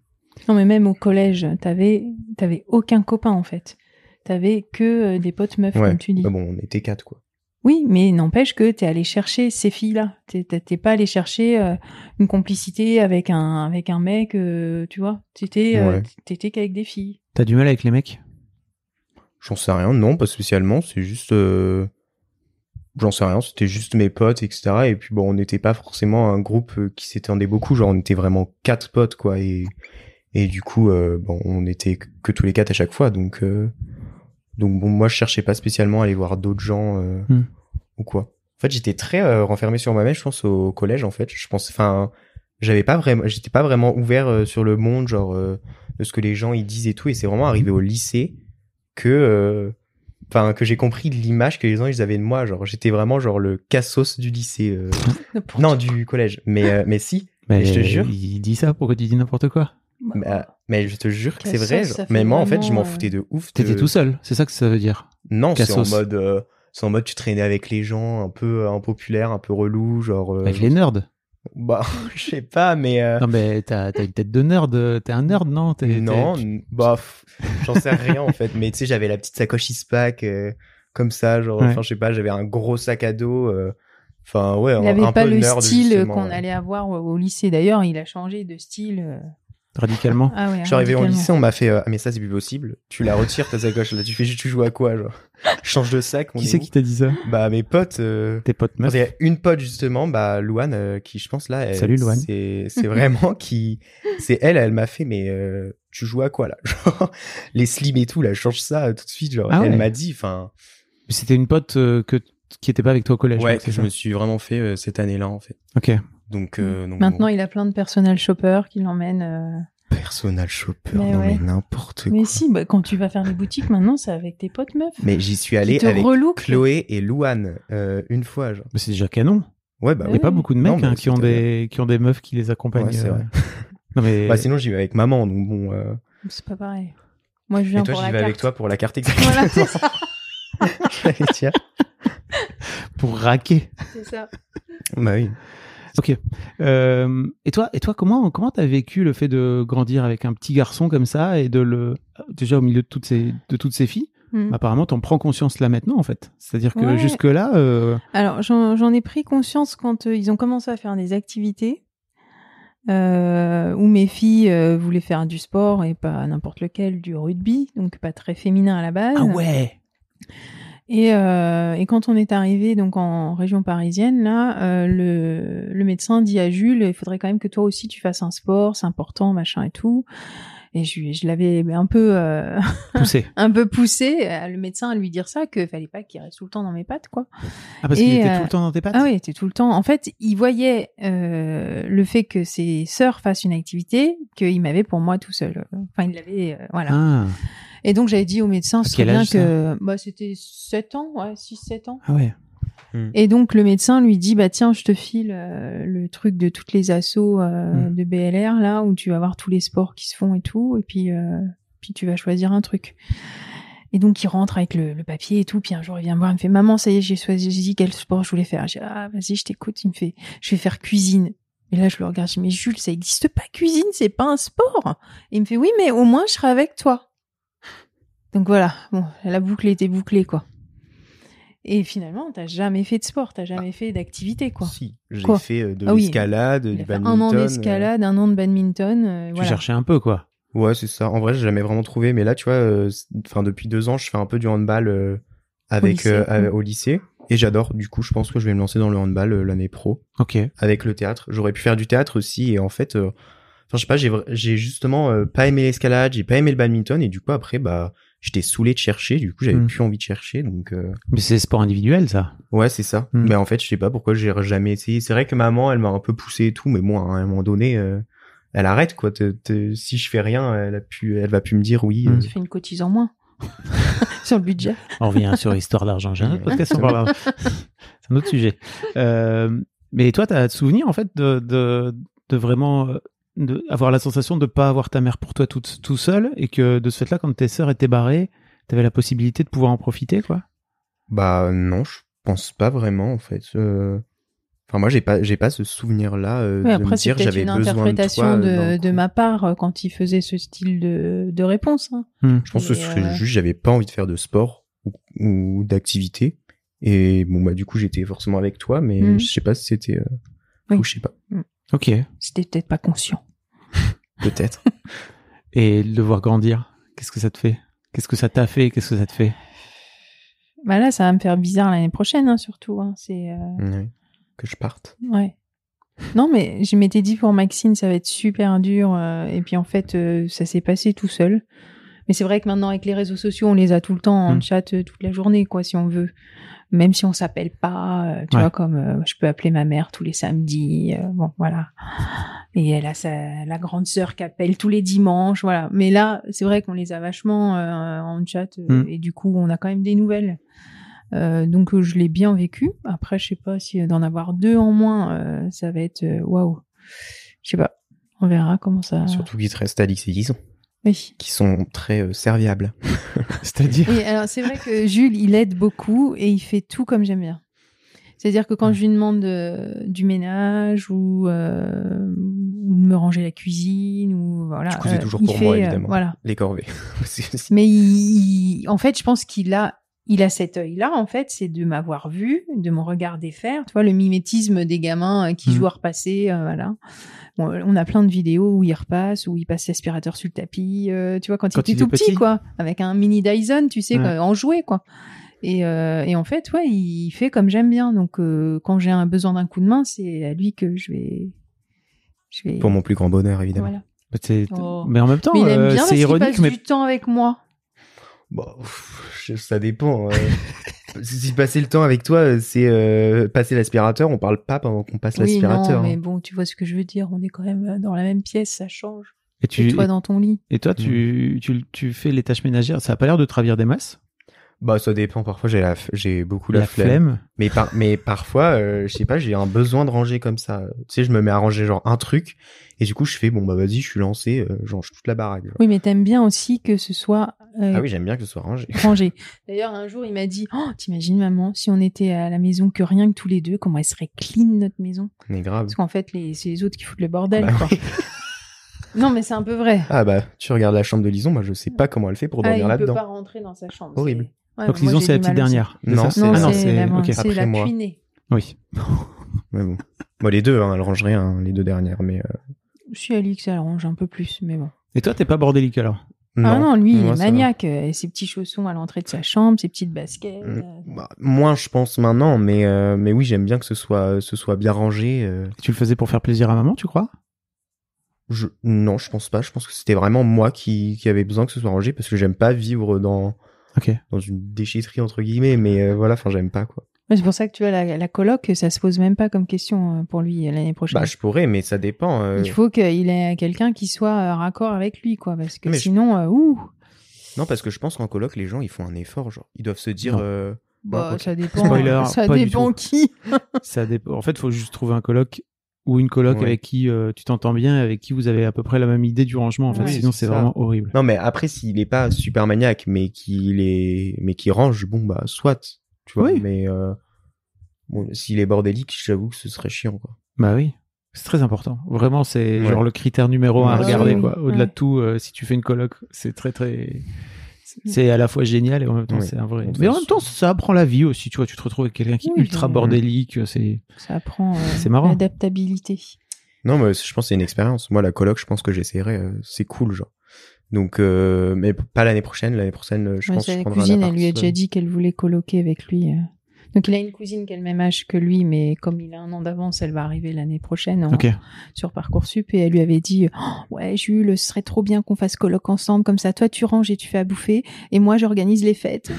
Non, mais même au collège, t'avais, t'avais aucun copain en fait. T'avais que euh, des potes meufs, Ouais. comme tu dis. Bah bon, on était quatre quoi. Oui, mais n'empêche que t'es allé chercher ces filles-là. T'es, t'es- t'es pas allé chercher euh, une complicité avec un, avec un mec, euh, tu vois. T'étais, euh, Ouais. t'étais qu'avec des filles. T'as du mal avec les mecs J'en sais rien, non, pas spécialement, c'est juste... euh, J'en sais rien, c'était juste mes potes, etc. Et puis bon, on n'était pas forcément un groupe euh, qui s'étendait beaucoup, genre on était vraiment quatre potes, quoi. Et, et du coup, euh, bon, on était que tous les quatre à chaque fois, donc... euh, Donc bon, moi je cherchais pas spécialement à aller voir d'autres gens euh, Hmm. ou quoi. En fait, j'étais très euh, renfermé sur moi-même, je pense, au collège, en fait. Je pense, enfin, j'avais pas vraiment, j'étais pas vraiment ouvert euh, sur le monde, genre... euh, de ce que les gens ils disent et tout. Et c'est vraiment arrivé au lycée que, euh, enfin, que j'ai compris l'image que les gens ils avaient de moi. Genre, j'étais vraiment genre le cassos du lycée, euh, N'importe non, du collège. Mais, euh, mais si, mais je te jure. Il dit ça, pourquoi tu dis n'importe quoi quoi. Mais, euh, mais je te jure que c'est Cassos, vrai. ça genre. fait Mais moi, en fait, je vraiment, m'en euh, foutais de ouf. T'étais de- tout seul, c'est ça que ça veut dire. Non, c'est en Cassos. mode, euh, c'est en mode tu traînais avec les gens un peu euh, impopulaires, un peu relou, genre. euh, Avec les nerds. Bah, je sais pas, mais. euh, Non, mais t'as t'as une tête de nerd, euh, t'es un nerd, non T'es- t'es- Non, n- bah, pff, j'en sais rien en fait. Mais tu sais, j'avais la petite sacoche Ispac euh, comme ça, genre, Ouais. enfin, je sais pas, j'avais un gros sac à dos. euh, Enfin, ouais, Il un, n'avait un pas peu le nerd, style justement, qu'on ouais. allait avoir au, au lycée. D'ailleurs, il a changé de style. euh. Radicalement. Ah ouais, Je suis arrivé en radicalement. lycée, on m'a fait, euh, Ah, mais ça c'est plus possible. Tu la retires ta sacoche là, tu fais, tu joues à quoi, genre Change de sac. On Qui est c'est où qui t'a dit ça Bah, mes potes. euh, Tes potes meufs Il y a une pote justement, bah Louane, euh, qui je pense là, elle- Salut, Louane. c'est c'est vraiment qui, c'est elle, elle m'a fait mais euh, tu joues à quoi là, genre les slims et tout là, change ça euh, tout de suite, genre Ah elle ouais. m'a dit, enfin C'était une pote euh, que, qui était pas avec toi au collège. ouais donc, que c'est je ça. me suis vraiment fait euh, cette année-là en fait. Ok. Donc, euh, donc Maintenant, bon. il a plein de personnel shoppers qui l'emmènent. euh. personal shopper, Mais non ouais. mais n'importe quoi. Mais si, bah, quand tu vas faire les boutiques, maintenant, c'est avec tes potes meufs. Mais j'y Qui suis allé te avec relookent. Chloé et Louane euh, une fois genre. Mais c'est déjà canon. Ouais Il bah Ouais. n'y a pas beaucoup de Non, mecs mais hein, c'est qui, ont des, qui ont des meufs qui les accompagnent. Ouais, c'est euh. vrai. non, mais... Bah sinon j'y vais avec maman donc bon. euh, C'est pas pareil. Moi, je viens Et toi pour j'y la vais carte. avec toi pour la carte exactement. Voilà, c'est ça. J'allais dire. Pour raquer. c'est ça. bah oui. Ok. Euh, et toi, et toi, comment comment t'as vécu le fait de grandir avec un petit garçon comme ça et de le déjà au milieu de toutes ces de toutes ces filles. Mm. Apparemment, t'en prends conscience là maintenant en fait. C'est-à-dire que euh, Ouais. jusque là, Alors, j'en j'en ai pris conscience quand euh, ils ont commencé à faire des activités euh, où mes filles euh, voulaient faire du sport et pas n'importe lequel, du rugby, donc pas très féminin à la base. ah ouais. Et, euh, et quand on est arrivé donc en région parisienne, là, euh, le, le médecin dit à Jules, il faudrait quand même que toi aussi tu fasses un sport, c'est important, machin et tout. Et je, lui- je l'avais un peu, euh, Poussé. un peu poussé, euh, le médecin à lui dire ça, qu'il fallait pas qu'il reste tout le temps dans mes pattes, quoi. Ah parce qu'il Et, était euh, tout le temps dans tes pattes. Ah oui, était tout le temps. En fait, il voyait euh, le fait que ses sœurs fassent une activité qu'il m'avait pour moi tout seul. Enfin, il l'avait, euh, voilà. Ah, Et donc j'avais dit au médecin, À c'est quel bien âge, ça que bah, c'était 7 ans, ouais, 6-7 ans. Ah ouais. Et donc le médecin lui dit bah tiens je te file euh, le truc de toutes les assos euh, Mm. de BLR là où tu vas voir tous les sports qui se font et tout et puis euh, puis tu vas choisir un truc. Et donc il rentre avec le, le papier et tout puis un jour il vient me voir il me fait maman ça y est j'ai choisi j'ai dit quel sport je voulais faire. J'ai dit, ah vas-y je t'écoute il me fait je vais faire cuisine. Et là je le regarde je dis mais Jules ça existe pas cuisine c'est pas un sport. Et il me fait oui mais au moins je serai avec toi. Donc voilà bon la boucle était bouclée quoi. Et finalement, t'as jamais fait de sport, t'as jamais fait d'activité, quoi. Si, j'ai Quoi fait euh, de Ah oui. l'escalade, Il du a fait badminton. un an euh, d'escalade, un an de badminton, euh, Tu voilà. cherchais un peu quoi. Ouais, c'est ça. En vrai, j'ai jamais vraiment trouvé, mais là, tu vois, euh, c'est- enfin depuis deux ans, je fais un peu du handball euh, avec lycée. euh, à- Mm. au lycée et j'adore. Du coup, je pense que je vais me lancer dans le handball euh, l'année pro Ok. avec le théâtre. J'aurais pu faire du théâtre aussi et en fait, euh, enfin je sais pas, j'ai vra- j'ai justement euh, pas aimé l'escalade, j'ai pas aimé le badminton et du coup après bah j'étais saoulé de chercher. Du coup, j'avais Mmh. Mm. plus envie de chercher donc. euh, Mais c'est sport individuel ça. Ouais, c'est ça. Hmm. Mm. Mais en fait, je sais pas pourquoi j'ai jamais essayé. C'est vrai que maman, elle m'a un peu poussé et tout, mais bon, à un moment donné, euh, elle arrête quoi. Te- te- si je fais rien, elle a pu, elle va plus me dire oui. euh. Mm. Tu fais une cotise en moins sur le budget. On revient sur Histoire d'argent. J'ai un autre podcast, on parlera. C'est un autre sujet. Euh, mais toi, tu as souvenir, en fait, de, de, de vraiment euh, de avoir la sensation de ne pas avoir ta mère pour toi tout, tout seul et que de ce fait-là, quand tes sœurs étaient barrées, tu avais la possibilité de pouvoir en profiter, quoi. Bah non, je pense pas vraiment en fait. Euh, Enfin, moi, j'ai pas, j'ai pas ce souvenir-là euh, Ouais, de après, me c'est dire peut-être j'avais une besoin de toi. interprétation euh, dans de, le de coup. ma part euh, quand il faisait ce style de, de réponse. hein. Je pense que ce Mais, serait euh, juste j'avais pas envie de faire de sport ou, ou d'activité. Et bon, bah du coup, j'étais forcément avec toi, mais Mm. je sais pas si c'était. Euh... Oui. Ou je sais pas. Ok. C'était peut-être pas conscient. Peut-être. Et le voir grandir, qu'est-ce que ça te fait Qu'est-ce que ça t'a fait Qu'est-ce que ça te fait Bah là, ça va me faire bizarre l'année prochaine, hein, surtout. hein, C'est euh, Ouais. Que je parte. ouais. Non, mais je m'étais dit pour Maxine, ça va être super dur. euh, et puis en fait, euh, ça s'est passé tout seul. Mais c'est vrai que maintenant, avec les réseaux sociaux, on les a tout le temps en Mm. chat euh, toute la journée, quoi, si on veut. Même si on s'appelle pas, euh, tu Ouais. vois, comme euh, je peux appeler ma mère tous les samedis. euh, bon, voilà. Et elle a sa, la grande sœur qui appelle tous les dimanches, voilà. Mais là, c'est vrai qu'on les a vachement euh, en chat euh, Mm. et du coup, on a quand même des nouvelles. Euh, donc, euh, je l'ai bien vécu. Après, je sais pas si euh, d'en avoir deux en moins, euh, ça va être euh, waouh. Je sais pas. On verra comment ça. Surtout qu'il te reste Alix et Lison, Oui. qui sont très euh, serviables. C'est-à-dire Oui, alors c'est vrai que Jules, il aide beaucoup et il fait tout comme j'aime bien. C'est-à-dire que quand je lui demande euh, du ménage ou, euh, ou de me ranger la cuisine ou voilà, Du coup, c'est toujours il pour moi, fait, euh, évidemment. voilà. Les corvées. C'est- c'est- Mais il- il- en fait, je pense qu'il a, il a cet œil-là. En fait, c'est de m'avoir vu, de me regarder faire. Tu vois, le mimétisme des gamins euh, qui Mhm. jouent à repasser. euh, voilà. Bon, on a plein de vidéos où il repasse, où il passe l'aspirateur sur le tapis. euh, tu vois, quand, Quand il il était est tout petit, petit. quoi, avec un mini Dyson, tu sais, Ouais. quoi, en jouet, quoi. Et, euh, et en fait, ouais, il fait comme j'aime bien. Donc, euh, quand j'ai un besoin d'un coup de main, c'est à lui que je vais, je vais. Pour mon plus grand bonheur, évidemment. Voilà. Bah, C'est- Oh. Mais en même temps, Mais il aime euh, bien parce c'est qu'il passe ironique, mais du temps avec moi. Bon, Bah, pff, je- ça dépend. euh. si passer le temps avec toi, euh, c'est euh, passer l'aspirateur, on parle pas pendant qu'on passe Oui, non, l'aspirateur. mais hein. bon, tu vois ce que je veux dire. On est quand même euh, dans la même pièce, ça change. et Tu... tu toi dans ton lit. et toi Hmm. tu, tu tu fais les tâches ménagères. Ça a pas l'air de travir des masses. Bah, ça dépend. Parfois, j'ai la f- j'ai beaucoup la, flemme. Mais, par- mais parfois, euh, je sais pas, j'ai un besoin de ranger comme ça. Tu sais, je me mets à ranger genre un truc, et du coup, je fais bon bah vas-y, je suis lancé, euh, je range toute la baraque. genre. Oui, mais t'aimes bien aussi que ce soit euh, Ah oui, j'aime bien que ce soit rangé. rangé. D'ailleurs, un jour, il m'a dit oh, T'imagines, maman, si on était à la maison que rien que tous les deux, comment elle serait clean, notre maison Mais grave. Parce qu'en fait, les... c'est les autres qui foutent le bordel. Bah quoi. non, mais c'est un peu vrai. Ah bah, tu regardes la chambre de Lison, moi je sais pas comment elle fait pour Ah, dormir il peut là-dedans. pas rentrer dans sa chambre. Horrible. c'est- Ouais, Donc Ah, moi, disons j'ai c'est la du petite mal aussi. dernière. Non, c'est ça Non, Ah non, c'est c'est la, ok. c'est la Après, moi. cuinée. Oui. Mais bon. Bon, les deux, hein, elles rangent rien, les deux dernières, mais euh, Si Alix, elle range un peu plus, mais bon. Et toi t'es pas bordélique alors. ah non, lui, il moi, est ça va. maniaque. Euh, Ses petits chaussons à l'entrée de sa chambre, ses petites baskets. Mm. euh, Bah, moins je pense maintenant, mais euh, mais oui, j'aime bien que ce soit euh, ce soit bien rangé. euh. Tu le faisais pour faire plaisir à maman, tu crois Je... Non, je pense pas. Je pense que c'était vraiment moi qui qui avait besoin que ce soit rangé parce que j'aime pas vivre dans Ok. dans une déchetterie entre guillemets, mais euh, voilà, enfin j'aime pas quoi. Ouais, C'est pour ça que tu vois, la, la coloc, ça se pose même pas comme question euh, pour lui euh, l'année prochaine. Bah je pourrais, mais ça dépend. euh. Il faut qu'il ait quelqu'un qui soit euh, raccord avec lui, quoi, parce que Mais je- sinon, euh, ouh, Non, parce que je pense qu'en coloc, les gens ils font un effort, genre ils doivent se dire. Non. euh, bah, ok. ça dépend. Spoiler, ça pas du dépend tout. qui. Ça dépend. En fait, faut juste trouver un coloc ou une coloc Ouais. avec qui euh, tu t'entends bien, et avec qui vous avez à peu près la même idée du rangement. En fait, Oui, sinon c'est c'est ça. vraiment horrible. Non, mais après s'il est pas super maniaque, mais qu'il est mais qui range, bon bah soit, tu vois. Oui. Mais euh, bon, s'il est bordélique, j'avoue que ce serait chiant quoi. Bah oui. C'est très important. Vraiment, c'est Ouais. genre le critère numéro un à Ouais, regarder. oui, quoi. oui. Au-delà Ouais. de tout, euh, si tu fais une coloc, c'est très très. C'est à la fois génial et en même temps Oui. c'est un vrai. De toute Mais en façon- même temps, ça apprend la vie aussi. Tu vois, tu te retrouves avec quelqu'un qui est Oui, ultra je- bordélique. C'est. Ça apprend euh, C'est marrant. l'adaptabilité. Non, mais je pense que c'est une expérience. Moi, la coloc, je pense que j'essaierai. euh, c'est cool, genre. Donc, euh, mais p- pas l'année prochaine. L'année prochaine, euh, je Ouais, pense que sa je prendrai cousine, un elle lui a appart déjà seul. dit qu'elle voulait coloquer avec lui. euh. Donc il a une cousine qui a le même âge que lui, mais comme il a un an d'avance, elle va arriver l'année prochaine en- Ok. sur Parcoursup et elle lui avait dit Oh, Ouais, Jules, ce serait trop bien qu'on fasse coloc ensemble, comme ça, toi tu ranges et tu fais à bouffer, et moi j'organise les fêtes.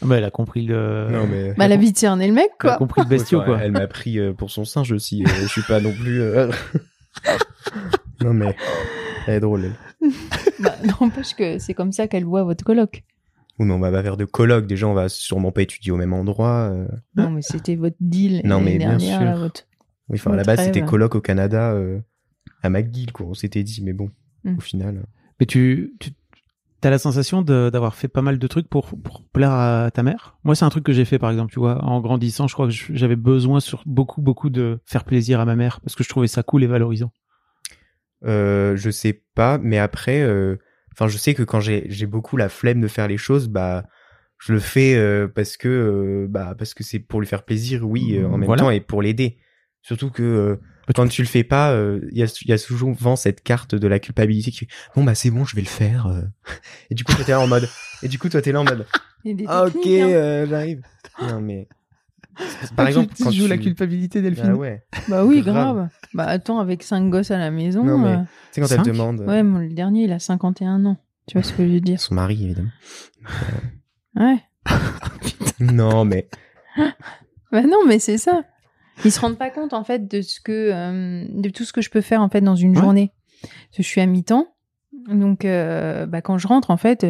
Ah Bah, elle a compris le. Non, mais. Bah, la vie de cerner le mec, Elle Bah, a quoi. compris le bestiau, Enfin, quoi. Elle m'a pris euh, pour son singe aussi. euh, je suis pas non plus. euh, non, mais. Elle est drôle, elle. Bah, N'empêche que c'est comme ça qu'elle voit votre coloc. Oui, mais on va pas faire de coloc. Déjà, on va sûrement pas étudier au même endroit. euh. Non, mais c'était votre deal Non, mais l'année bien dernière, sûr. là, votre- Oui, enfin, à la Notre base, rêve. c'était coloc au Canada, euh, à McGill, quoi. On s'était dit, mais bon, Mm. au final. euh, Mais tu, tu as la sensation de- d'avoir fait pas mal de trucs pour, pour plaire à ta mère Moi, c'est un truc que j'ai fait, par exemple, tu vois, en grandissant, je crois que je- j'avais besoin sur beaucoup, beaucoup de faire plaisir à ma mère parce que je trouvais ça cool et valorisant. Euh, je sais pas, mais après, euh, enfin, je sais que quand j'ai j'ai beaucoup la flemme de faire les choses, bah, je le fais euh, parce que euh, bah parce que c'est pour lui faire plaisir, oui, euh, en même Voilà. Bah, temps et pour l'aider. Surtout que euh, tu quand tu le fais pas, euh, il y a il y a souvent cette carte de la culpabilité qui fait, bon bah c'est bon, je vais le faire. euh. Et du coup, toi t'es là en mode, et du coup toi t'es là en mode, Il y a des Ah, ok, techniques, hein. euh, j'arrive. Non mais par exemple quand tu culpabilité, ah ouais, Bah oui, grave. grave. Bah attends, avec cinq gosses à la maison. Non, mais- euh, euh, tu sais quand elle Cinq te demande, Ouais, mon, le dernier, il a 51 ans. Tu vois ce que je veux dire son mari évidemment. Ouais. Non mais Bah non, mais c'est ça. Ils se rendent pas compte en fait de ce que euh, de tout ce que je peux faire en fait dans une Ouais. journée. Parce que je suis à mi-temps, donc euh, bah, quand je rentre en fait,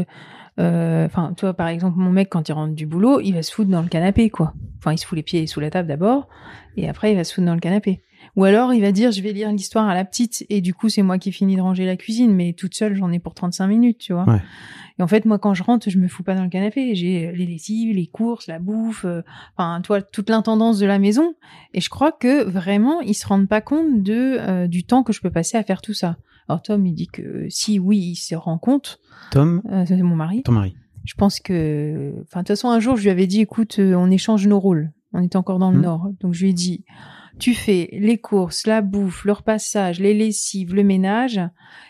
euh, enfin toi par exemple mon mec quand il rentre du boulot, il va se foutre dans le canapé quoi. Enfin il se fout les pieds sous la table d'abord et après il va se foutre dans le canapé. Ou alors il va dire je vais lire l'histoire à la petite et du coup c'est moi qui finis de ranger la cuisine mais toute seule j'en ai pour 35 minutes tu vois. Ouais. Et en fait moi quand je rentre je me fous pas dans le canapé j'ai les lessives les courses la bouffe euh, enfin toi toute l'intendance de la maison et je crois que vraiment ils se rendent pas compte de euh, du temps que je peux passer à faire tout ça. Alors Tom il dit que euh, si oui il se rend compte Tom, euh, ça, c'est mon mari ton mari. je pense que, enfin, de toute façon, un jour, je lui avais dit, écoute, euh, on échange nos rôles. On était encore dans le Mhm. Nord. Donc, je lui ai dit, tu fais les courses, la bouffe, le repassage, les lessives, le ménage.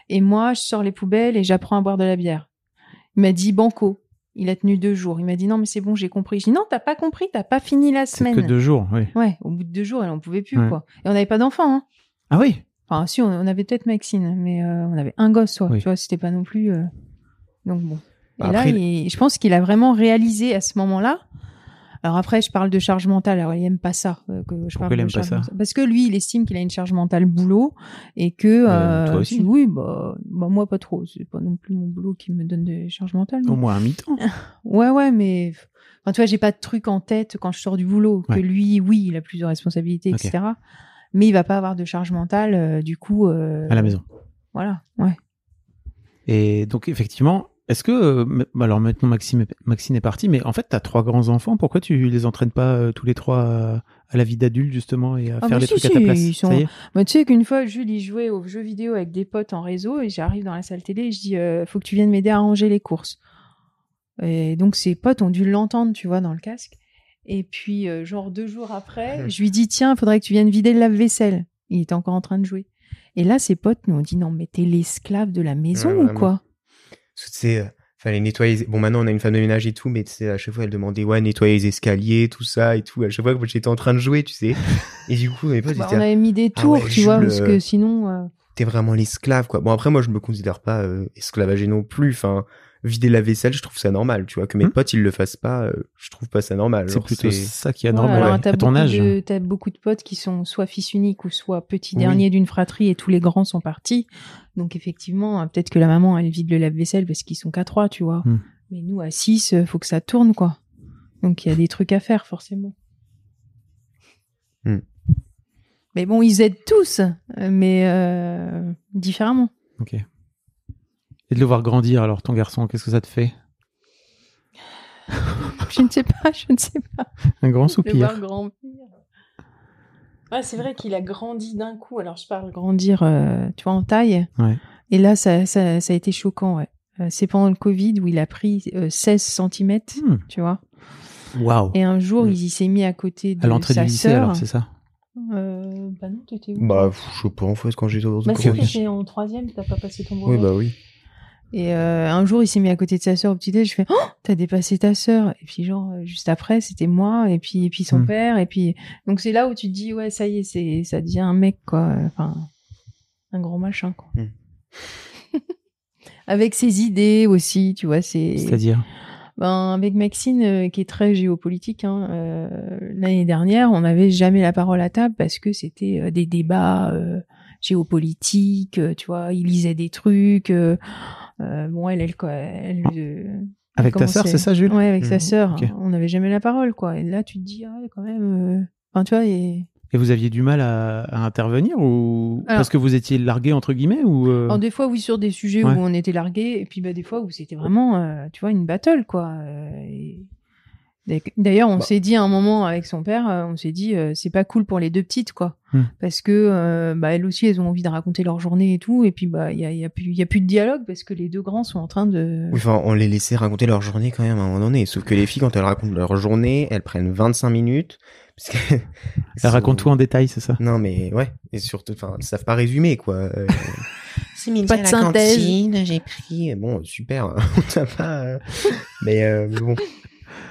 Et moi, je sors les poubelles et j'apprends à boire de la bière. Il m'a dit, banco. Il a tenu deux jours. Il m'a dit, non, mais c'est bon, j'ai compris. Je dis, non, t'as pas compris, t'as pas fini la C'est semaine. que deux jours, oui. Ouais, au bout de deux jours, elle en pouvait plus, Ouais. quoi. Et on n'avait pas d'enfant, hein. Ah oui Enfin, si, on, on avait peut-être Maxine, mais euh, on avait un gosse, quoi. Oui. Tu vois, c'était pas non plus. euh, Donc bon. Et Bah, là, après, il- je pense qu'il a vraiment réalisé à ce moment-là. Alors après, je parle de charge mentale. Alors il aime pas ça. euh, que je Pourquoi parle il de aime pas charge ça mentale. Parce que lui, il estime qu'il a une charge mentale boulot et que. Euh, toi euh, aussi. Oui, bah, bah, moi pas trop. C'est pas non plus mon boulot qui me donne des charges mentales. mais- Au moins un mi-temps. Ouais, ouais, mais enfin, tu vois, j'ai pas de truc en tête quand je sors du boulot. Que Ouais. lui, oui, il a plus de responsabilités, Ok. etc. Mais il va pas avoir de charge mentale, euh, du coup. euh, À la maison. Voilà, ouais. Et donc, effectivement, est-ce que. euh, ma- Alors maintenant, Maxime, est- Maxine est partie, mais en fait, tu as trois grands-enfants. Pourquoi tu les entraînes pas euh, tous les trois euh, à la vie d'adulte, justement, et à Ah, faire mais les si, trucs à ta si, place ils sont- Ça y est Moi, tu sais qu'une fois, Jules, il jouait aux jeux vidéo avec des potes en réseau et j'arrive dans la salle télé et je dis euh, Faut que tu viennes m'aider à ranger les courses. Et donc, ses potes ont dû l'entendre, tu vois, dans le casque. Et puis, euh, genre deux jours après, je lui dis Tiens, faudrait que tu viennes vider le lave-vaisselle. Il était encore en train de jouer. Et là, ses potes nous ont dit Non, mais t'es l'esclave de la maison Ouais, ou vraiment. quoi Toutes ces, euh, fallait nettoyer. les- Bon, maintenant on a une femme de ménage et tout, mais tu sais, à chaque fois elle demandait ouais nettoyer les escaliers, tout ça et tout. À chaque fois que j'étais en train de jouer, tu sais. Et du coup, mes potes Bah, étaient On là, avait mis des Ah tours, ouais, tu vois, Jules, parce euh, que sinon. euh, t'es vraiment l'esclave quoi. Bon après moi je me considère pas euh, esclavagé non plus. Enfin vider la vaisselle, je trouve ça normal. Tu vois que mes Hein Hmm. potes ils le fassent pas, euh, je trouve pas ça normal. C'est Genre, plutôt c'est- ça qui est Ouais, normal alors, ouais, t'as à ton beaucoup âge. hein. de- T'as beaucoup de potes qui sont soit fils unique ou soit petit Oui. dernier d'une fratrie et tous les grands sont partis. Donc, effectivement, euh, peut-être que la maman, elle vide le lave-vaisselle parce qu'ils sont qu'à trois, tu vois. Hmm. Mais nous, à six, euh, faut que ça tourne, quoi. Donc, il y a des trucs à faire, forcément. Hmm. Mais bon, ils aident tous, euh, mais euh, différemment. Ok. Et de le voir grandir, alors, ton garçon, qu'est-ce que ça te fait Je ne sais pas, je ne sais pas. Un grand Le voir soupir. grandir. Ouais, c'est vrai qu'il a grandi d'un coup. Alors, je parle grandir, euh, tu vois, en taille. Ouais. Et là, ça, ça, ça a été choquant, ouais. Euh, c'est pendant le Covid où il a pris euh, 16 cm, Hmm. tu vois. Waouh Et un jour, Mm. il s'est mis à côté de À l'entrée du sa lycée, sœur. alors, c'est ça Euh, bah non, t'étais où Bah toi pff, je sais pas en fait quand j'étais dans Bah le si, oui. t'étais en troisième, t'as pas passé ton brevet. Oui bah oui. Et euh, un jour, il s'est mis à côté de sa sœur au petit déj. Je fais, oh, t'as dépassé ta sœur. Et puis genre euh, juste après, c'était moi. Et puis et puis son Mm. père. Et puis donc c'est là où tu te dis ouais, ça y est, c'est ça devient un mec quoi. euh, Enfin un gros machin quoi. Mm. avec ses idées aussi, tu vois. C'est C'est-à-dire ben, avec Maxine, euh, qui est très géopolitique, hein, euh, l'année dernière, on n'avait jamais la parole à table parce que c'était euh, des débats euh, géopolitiques, euh, tu vois, il lisait des trucs. euh, euh, bon, elle, elle, quoi, elle, euh, Avec ta comment sœur, c'est c'est ça, Jules ouais, avec Mhm, sa sœur, ok. on n'avait jamais la parole, quoi. Et là, tu te dis, ah, ouais, quand même, euh, enfin, tu vois, et... Et vous aviez du mal à, à intervenir ou Alors- parce que vous étiez largué entre guillemets ou euh, Alors, des fois, oui, sur des sujets Ouais. où on était largués, et puis bah, des fois où c'était vraiment, euh, tu vois, une battle, quoi. euh, et- D'ac- D'ailleurs, on Bah. s'est dit à un moment avec son père, euh, on s'est dit, euh, c'est pas cool pour les deux petites, quoi. Hmm. Parce que, euh, bah, elles aussi, elles ont envie de raconter leur journée et tout, et puis, bah, il n'y a, il y a, plus- il y a plus de dialogue parce que les deux grands sont en train de. Oui, enfin, on les laissait raconter leur journée quand même à un moment donné. Sauf que les filles, quand elles racontent leur journée, elles prennent 25 minutes. Parce que elle raconte tout en détail, c'est ça Non, mais ouais. Et surtout, enfin, elles savent pas résumer, quoi. Euh, C'est midi Pas de à la synthèse. cantine, j'ai pris. Bon, super. on t'a pas. euh, Mais euh, mais bon.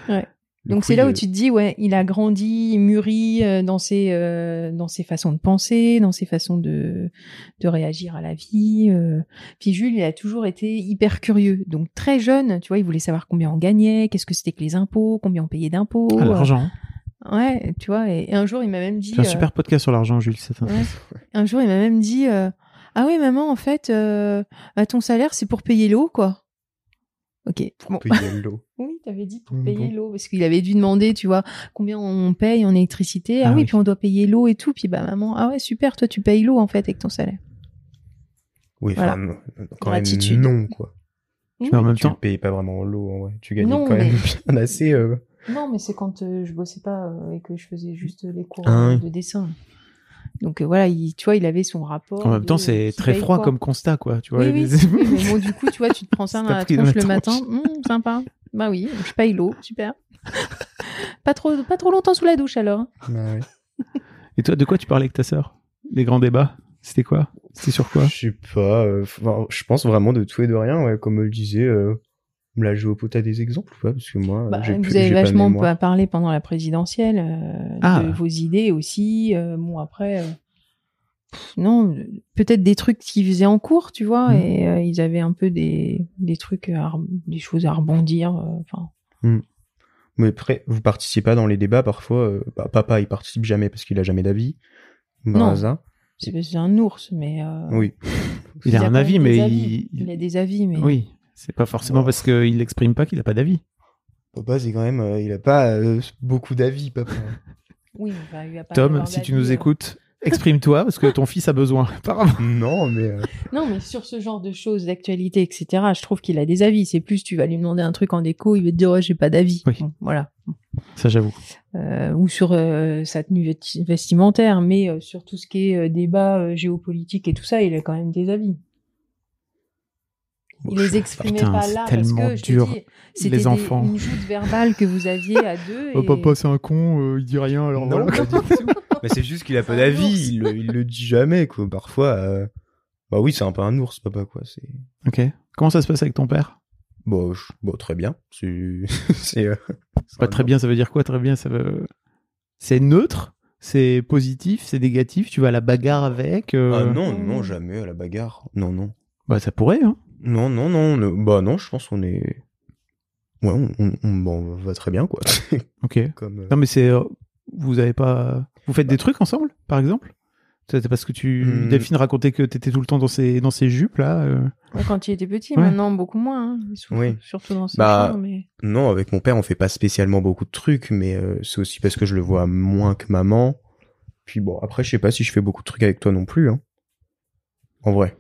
Ouais. Du Donc coup, c'est là il- où tu te dis ouais, il a grandi, il mûri euh, dans ses euh, dans ses façons de penser, dans ses façons de de réagir à la vie. euh. Puis Jules, il a toujours été hyper curieux. Donc très jeune, tu vois, il voulait savoir combien on gagnait, qu'est-ce que c'était que les impôts, combien on payait d'impôts. Ah, L'argent. Ouais, tu vois, et, et un jour, euh, il m'a même dit. C'est un euh, super podcast sur l'argent, Jules. C'est un- Ouais. Un jour, il m'a même dit euh, Ah oui, maman, en fait, euh, bah, ton salaire, c'est pour payer l'eau, quoi. Ok. bon. payer l'eau. Oui, t'avais dit Mmh, pour Mm, payer bon. l'eau, parce qu'il avait dû demander, tu vois, combien on paye en électricité. Ah, Ah oui, oui. puis on doit payer l'eau et tout. Puis bah maman, ah ouais, super, toi tu payes l'eau en fait avec ton salaire. Oui, enfin, Voilà. non, quand Gratitude. même non, quoi. Mais en même Tu ne temps, payes pas vraiment l'eau, en vrai. Tu gagnes Non, quand même mais- bien assez. euh, Non, mais c'est quand euh, je bossais pas euh, et que je faisais juste les cours Ah euh, oui. de dessin. Donc euh, voilà, il, tu vois, il avait son rapport. en même de temps, c'est qui très paye froid quoi. comme constat, quoi. Tu vois, oui, il y a oui, des- oui, mais bon, du coup, tu vois, tu te prends ça Ça dans t'a la pris dans tronche la le matin. tronche. Hum, sympa. Bah oui, je paye l'eau, super. pas trop, pas trop longtemps sous la douche alors. bah ouais. Et toi, de quoi tu parlais avec ta sœur Les grands débats C'était quoi C'était sur quoi Je sais pas. euh, enfin, je pense vraiment de tout et de rien, ouais, comme elle disait. Euh, la géopo, t'as des exemples ou pas Parce que moi, Bah, j'ai vous plus- avez j'ai pas de vachement mémoire. pas parlé pendant la présidentielle euh, Ah. de vos idées aussi. euh, bon après, euh, pff, non, euh, peut-être des trucs qu'ils faisaient en cours, tu vois, Mhm. et euh, ils avaient un peu des, des trucs, à re- des choses à rebondir. euh, Enfin, Mais après, vous participez pas dans les débats parfois. euh, bah, papa, il participe jamais parce qu'il a jamais d'avis. Par Non. hasard. c'est c'est un ours, mais euh, Oui. Il a quand un même avis, des mais avis. il- il a des avis, mais Oui, c'est pas forcément parce qu'il n'exprime pas qu'il n'a pas d'avis. Papa, c'est quand même. euh, il a pas euh, beaucoup d'avis, papa. Oui, mais bah, il va pas Tom, avoir si tu d'avis, nous euh. écoutes, exprime-toi parce que ton fils a besoin. Apparemment. non, mais. euh, Non, mais sur ce genre de choses, d'actualité, etc., je trouve qu'il a des avis. C'est plus, tu vas lui demander un truc en déco, il va te dire, ouais, j'ai pas d'avis. Oui. Bon, voilà. Ça, j'avoue. Euh, ou sur euh, sa tenue vesti- vestimentaire, mais euh, sur tout ce qui est euh, débat euh, géopolitique et tout ça, il a quand même des avis. bon, Il je- les exprimait Oh, Putain, pas c'est là parce tellement que je dur, te dis, c'était les des- enfants. une joute verbale que vous aviez à deux. et... Oh, c'est un con, euh, il dit rien, Oh, alors Non, voilà. pas du tout. Ah, Bah, c'est juste qu'il a pas C'est un ours. d'avis, il, le- il le dit jamais, quoi. Parfois, euh, bah oui, c'est un peu un ours, papa, quoi. C'est Ok. Comment ça se passe avec ton père bon, je- bon, très bien. C'est, c'est, euh, c'est Pas un très ours. bien, ça veut dire quoi Très bien, ça veut. C'est neutre C'est positif C'est négatif Tu vas à la bagarre avec euh, Ah non, non, jamais à la bagarre. Non, non, Bah, ça pourrait, hein. non, non, non. ne- Bah non, je pense qu'on est, ouais, on, on- on- bon, on va très bien, quoi. Ok. Comme euh, Non, mais c'est. euh, Vous avez pas. Vous faites des trucs ensemble, par exemple C'était parce que tu. Bah. Hmm. Delphine racontait que t'étais tout le temps dans ses, dans ses jupes, là. euh. Ouais, Quand il était petit, Ouais. maintenant beaucoup moins. hein. Surtout- Oui. Surtout dans ce Bah, genre, mais... non, avec mon père, on fait pas spécialement beaucoup de trucs, mais euh, c'est aussi parce que je le vois moins que maman. Puis bon, après, je sais pas si je fais beaucoup de trucs avec toi non plus, hein. En vrai.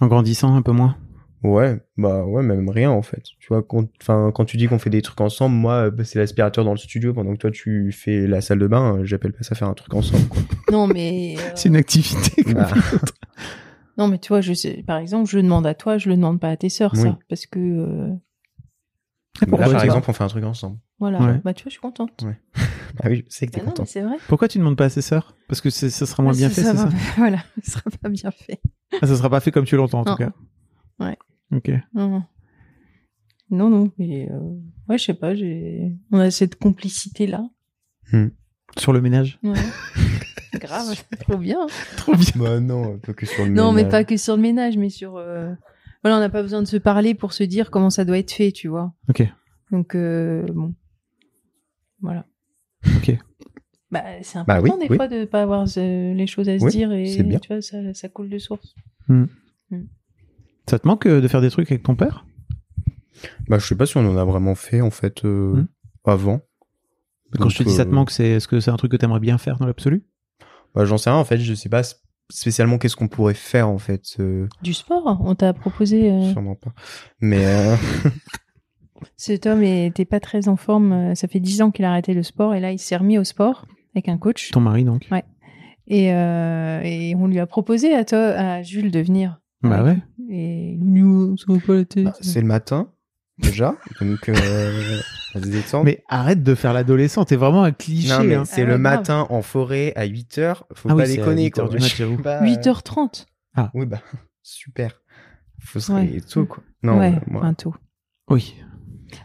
En grandissant, un peu moins. Euh. Ouais, bah ouais, même rien en fait. Tu vois, quand, enfin, quand tu dis qu'on fait des trucs ensemble, moi, euh, bah, c'est l'aspirateur dans le studio pendant que toi tu fais la salle de bain, euh, j'appelle pas ça faire un truc ensemble. quoi. Non, mais. euh, C'est une activité. Bah, Non, mais tu vois, je sais, par exemple, je demande à toi, je le demande pas à tes sœurs, ça. Oui. Parce que, euh, là, tu par vois exemple, on fait un truc ensemble. voilà, Ouais. bah tu vois, je suis contente. Ah oui, je sais que t'es Bah non, content. mais c'est vrai. Pourquoi tu ne demandes pas à ses sœurs Parce que c'est- ça sera moins bien fait, ça, c'est va ça pas- Voilà, ce sera pas bien fait. Ah, Ça sera pas fait comme tu l'entends, en Non. tout cas. Ouais. Ok. Non, non. Non, non, mais euh, ouais, je sais pas, j'ai... on a cette complicité-là. Sur le ménage Ouais. Grave, trop bien. Trop bien. Bah non, pas que sur le euh, Non, mais ménage. pas que sur le ménage, mais sur. euh, Voilà, on n'a pas besoin de se parler pour se dire comment ça doit être fait, tu vois. Ok. Donc, euh, bon. Voilà. Ok. Bah, c'est important Bah oui, des oui. fois de ne pas avoir euh, les choses à se Oui, dire et c'est bien. tu vois, ça, ça coule de source. Ça te manque euh, de faire des trucs avec ton père Bah je sais pas si on en a vraiment fait en fait euh, Hmm. avant. Quand je te Donc, dis ça te euh, manque, c'est est-ce que c'est un truc que t'aimerais bien faire dans l'absolu Bah j'en sais rien en fait, je sais pas sp- spécialement qu'est-ce qu'on pourrait faire en fait. euh, Du sport, on t'a proposé. euh, Sûrement pas. Mais euh, Cet homme n'était pas très en forme. euh, Ça fait 10 ans qu'il a arrêté le sport et là, il s'est remis au sport avec un coach. Ton mari, donc Ouais. Et, euh, et on lui a proposé à, toi, à Jules de venir. Bah ouais. Et nous, on se voit pas la tête. bah, c'est le matin déjà, donc euh, on se détend. Mais arrête de faire l'adolescent, t'es vraiment un cliché. Non, mais hein. c'est Ah le ouais, grave. matin en forêt à 8h, faut Ah pas oui, c'est à déconner 8 heures quoi. du mat, Je sais j'avoue. pas, euh, 8h30. Oui, bah, super. Faut se Ouais. réveiller tôt quoi. Non, ouais, euh, moi, enfin, tôt. Oui.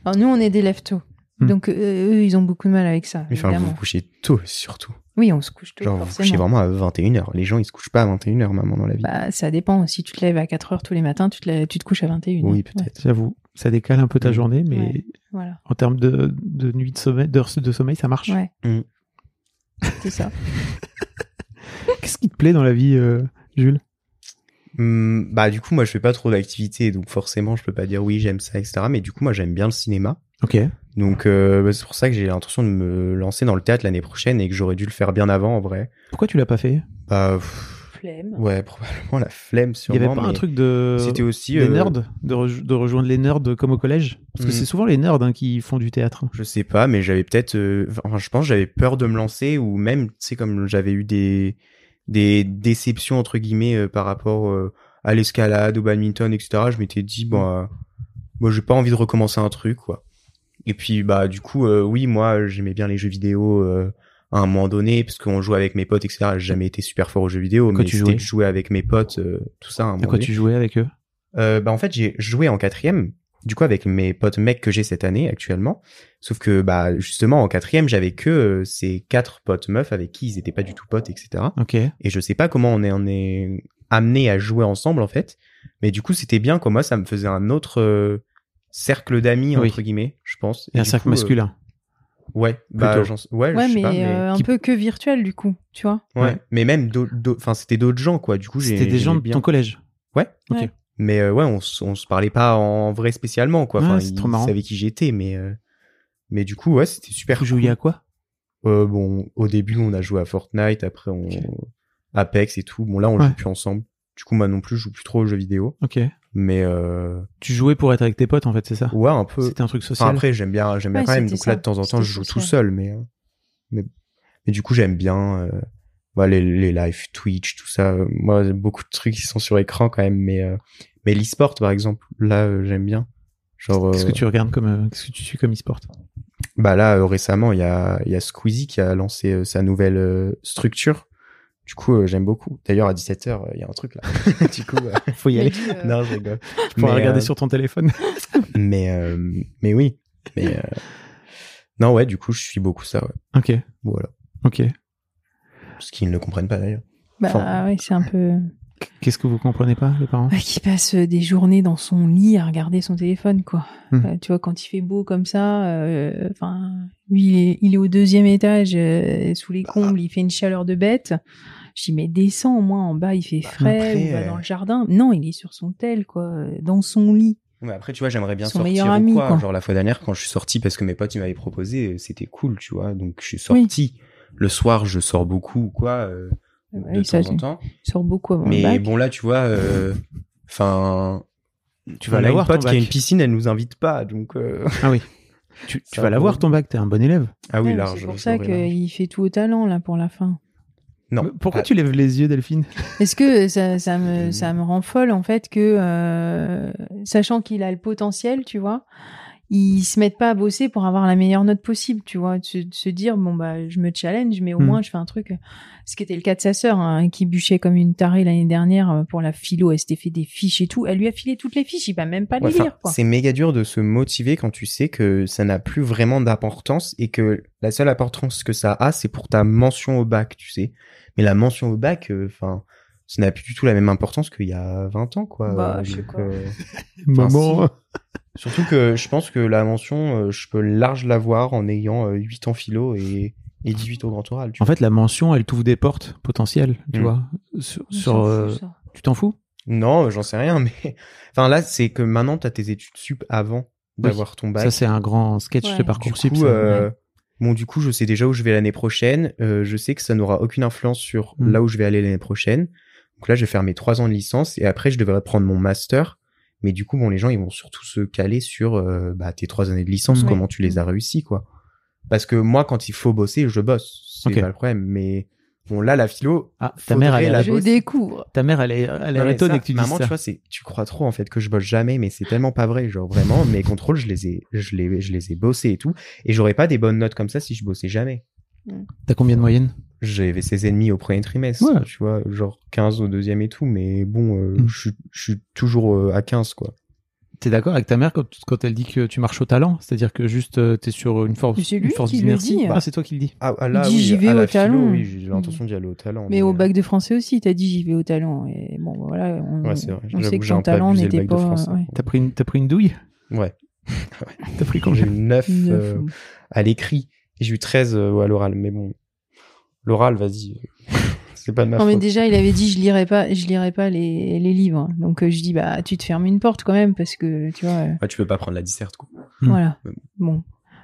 Alors nous, on est des lève tôt. Hmm. Donc euh, eux, ils ont beaucoup de mal avec ça. mais enfin, vous évidemment. vous couchez tôt surtout. Oui, on se couche tôt, Genre, vous vous couchez forcément. vraiment à 21h. Les gens, ils se couchent pas à 21h, maman, dans la vie. Bah, ça dépend. Si tu te lèves à 4h tous les matins, tu te, lèves- tu te couches à 21h. oui, peut-être. J'avoue, ça décale un peu ta Mm. journée, mais Ouais, voilà. en termes de, de nuit de sommeil, d'heures de sommeil, ça marche. Ouais. Mm. C'est ça. Qu'est-ce qui te plaît dans la vie, euh, Jules Hum, bah du coup moi je fais pas trop d'activités donc forcément je peux pas dire oui j'aime ça etc mais du coup moi j'aime bien le cinéma Ok. donc euh, bah, c'est pour ça que j'ai l'intention de me lancer dans le théâtre l'année prochaine et que j'aurais dû le faire bien avant en vrai Pourquoi tu l'as pas fait bah pff, Flemme. ouais probablement la Il flemme y sûrement avait pas mais un truc de c'était aussi les euh, nerds de, rejo- de rejoindre les nerds comme au collège parce que Mhm. c'est souvent les nerds hein, qui font du théâtre. Je sais pas, mais j'avais peut-être. euh, enfin, je pense que j'avais peur de me lancer ou même, tu sais, comme j'avais eu des des déceptions entre guillemets euh, par rapport euh, à l'escalade, au badminton, etc. Je m'étais dit bon, euh, moi, j'ai pas envie de recommencer un truc, quoi. Et puis bah du coup, euh, oui, moi, j'aimais bien les jeux vidéo euh, à un moment donné parce qu'on jouait avec mes potes, etc. J'ai jamais été super fort aux jeux vidéo, quoi mais tu c'était jouais de jouer avec mes potes, euh, tout ça. À un moment À quoi donné. tu jouais avec eux Euh, bah en fait j'ai joué en quatrième du coup avec mes potes mecs que j'ai cette année actuellement sauf que bah justement en quatrième j'avais que euh, ces quatre potes meufs avec qui ils étaient pas du tout potes etc Ok. et je sais pas comment on est on est amené à jouer ensemble en fait mais du coup c'était bien comme moi ça me faisait un autre euh, cercle d'amis Oui. entre guillemets je pense Et un du cercle coup, euh, masculin. ouais bah plutôt. j'en- ouais, Ouais, je sais mais, pas, mais... euh, un Qui- peu que virtuel du coup, tu vois. Ouais. ouais. mais même d'au- d'au- enfin c'était d'autres gens quoi du coup j'ai C'était des gens j'aimais de bien. ton collège. Mais euh, ouais, on, s- on se parlait pas en vrai spécialement, quoi. Enfin, Ouais, c'est il trop marrant. savait qui j'étais, mais euh, mais du coup, ouais, c'était super. Vous jouiez à quoi cool. Euh, bon, au début, on a joué à Fortnite, après on Ok. Apex et tout. Bon, là, on Ouais. joue plus ensemble. Du coup, moi non plus, je joue plus trop aux jeux vidéo, Ok. mais euh, Tu jouais pour être avec tes potes en fait, c'est ça ouais, un peu. C'était un truc social. Enfin, après, j'aime bien, j'aime bien Ouais, quand même. c'était Donc là, ça. de temps en temps, C'était je joue tout social. seul, mais euh, mais, mais du coup, j'aime bien euh, ouais, les, les lives Twitch, tout ça. Euh, Moi, j'ai beaucoup de trucs qui sont sur écran quand même, mais euh, mais l'e-sport par exemple, là, euh, j'aime bien. Genre, Qu'est-ce euh, que tu regardes comme euh, qu'est-ce que tu suis comme e-sport bah là euh, récemment, il y a il y a Squeezie qui a lancé euh, sa nouvelle euh, structure. Du coup, euh, j'aime beaucoup. D'ailleurs, à 17h, il y a un truc là. du coup, euh, Faut y Mais aller. dis, euh, non, je rigole. Tu pourras Mais, regarder euh, sur ton téléphone. Mais euh, mais oui, mais euh, non ouais. Du coup, je suis beaucoup ça. Ouais. ok. Voilà. Ok. Ce qu'ils ne comprennent pas d'ailleurs. Bah Enfin. ouais, c'est un peu. Qu'est-ce que vous comprenez pas, les parents Ouais, qui passe euh, des journées dans son lit à regarder son téléphone, quoi. Hmm. Euh, tu vois, quand il fait beau comme ça, euh, enfin, lui, il est, il est au deuxième étage, euh, sous Bah. les combles, il fait une chaleur de bête. Je dis, mais descends au moins en bas, il fait frais, après, on va euh, dans le jardin. Non, il est sur son tel, quoi, euh, dans son lit. Ouais, après, tu vois, j'aimerais bien Son sortir meilleur ou ami, quoi. quoi. Genre, la fois dernière, quand je suis sorti parce que mes potes, ils m'avaient proposé, euh, c'était cool, tu vois. Donc, je suis sorti. Le soir, je sors beaucoup ou quoi, euh, Ouais, de il sort- temps en temps. il sort beaucoup avant le Mais bac. bon, là, tu vois, euh, enfin... Tu vas on a l'avoir, une pote ton qui a bac. une piscine, elle nous invite pas, donc... euh, Ah oui. Tu, tu Ça vas va. l'avoir ton bac, t'es un bon élève. Ah oui, Ouais, large. C'est pour je ça l'aurais large. qu'il fait tout au talent, là, pour la fin. Non. Pourquoi Ah, tu lèves les yeux, Delphine Est-ce que ça, ça, me, ça me rend folle en fait que, euh, sachant qu'il a le potentiel, tu vois, ils se mettent pas à bosser pour avoir la meilleure note possible, tu vois, de se, de se dire bon bah je me challenge, mais au Hmm. moins je fais un truc. Ce qui était le cas de sa sœur, hein, qui bûchait comme une tarée l'année dernière euh, pour la philo, elle s'était fait des fiches et tout, elle lui a filé toutes les fiches, il va même pas ouais, les enfin, lire quoi. c'est méga dur de se motiver quand tu sais que ça n'a plus vraiment d'importance et que la seule importance que ça a, c'est pour ta mention au bac, tu sais. Mais la mention au bac, euh, enfin, ça n'a plus du tout la même importance qu'il y a 20 ans, quoi. Bah, Euh, je sais donc, pas. euh, Maman. surtout que je pense que la mention, euh, je peux large l'avoir en ayant euh, 8 ans philo et, et 18 au grand oral. Tu En fait, la mention, elle t'ouvre des portes potentielles, tu Mm. vois. Sur, On s'en sur, fout, euh, ça. tu t'en fous Non, j'en sais rien, mais enfin là, c'est que maintenant t'as tes études sup avant d'avoir ton bac. Ça, c'est un grand sketch Ouais. de Du du parcoursup. coup, ça. euh, bon, du coup, je sais déjà où je vais l'année prochaine. Euh, je sais que ça n'aura aucune influence sur Mm. là où je vais aller l'année prochaine. Donc là, je vais faire mes trois ans de licence et après, je devrais prendre mon master. Mais du coup, bon, les gens, ils vont surtout se caler sur euh, bah, tes trois années de licence, Mm. comment tu les as réussies, quoi. Parce que moi, quand il faut bosser, je bosse. C'est Ok. pas le problème. Mais bon, là, la philo, Ah, ta mère, faudrait elle, la est- bosse. Je découvre. ta mère, elle est, elle est Non, mais étonnée ça, que tu dises maman, ça. tu vois, c'est, tu crois trop en fait que je bosse jamais, mais c'est tellement pas vrai. Genre vraiment, mes contrôles, je les ai, je les, je les ai bossés et tout, et j'aurais pas des bonnes notes comme ça si je bossais jamais. T'as combien de moyenne J'avais ses ennemis au premier trimestre, Ouais. tu vois, genre 15 au deuxième et tout, mais bon, euh, Mm. je suis- je suis toujours euh, à 15 quoi. T'es d'accord avec ta mère quand, quand elle dit que tu marches au talent C'est-à-dire que juste, euh, t'es sur une force, Mais c'est lui une force qui le d'inertie dit. Ah, c'est toi qui le dis. Ah, ah, là, Il dit, oui, j'y vais à la au philo, talent. hein. Oui, j'ai l'intention d'y aller au talent. Mais au euh, bac de français aussi, t'as dit j'y vais au talent. Et bon voilà, on, Ouais, c'est vrai. on J'avoue sait que que j'ai un ton peu talent abusé le n'était bac de hein. pas. français. ouais. T'as pris, une- t'as pris une douille Ouais. T'as pris Quand combien j'ai eu 9 Neuf, euh, ouais. à l'écrit, et j'ai eu 13 euh, à l'oral, euh, mais bon. L'oral, vas-y. C'est pas de ma Non, mais faute. déjà, il avait dit je lirai pas, je lirai pas les, les livres. Donc euh, je dis bah tu te fermes une porte quand même parce que tu vois. euh, Ah, tu peux pas prendre la disserte, quoi. Hmm. Voilà. Mais Bon.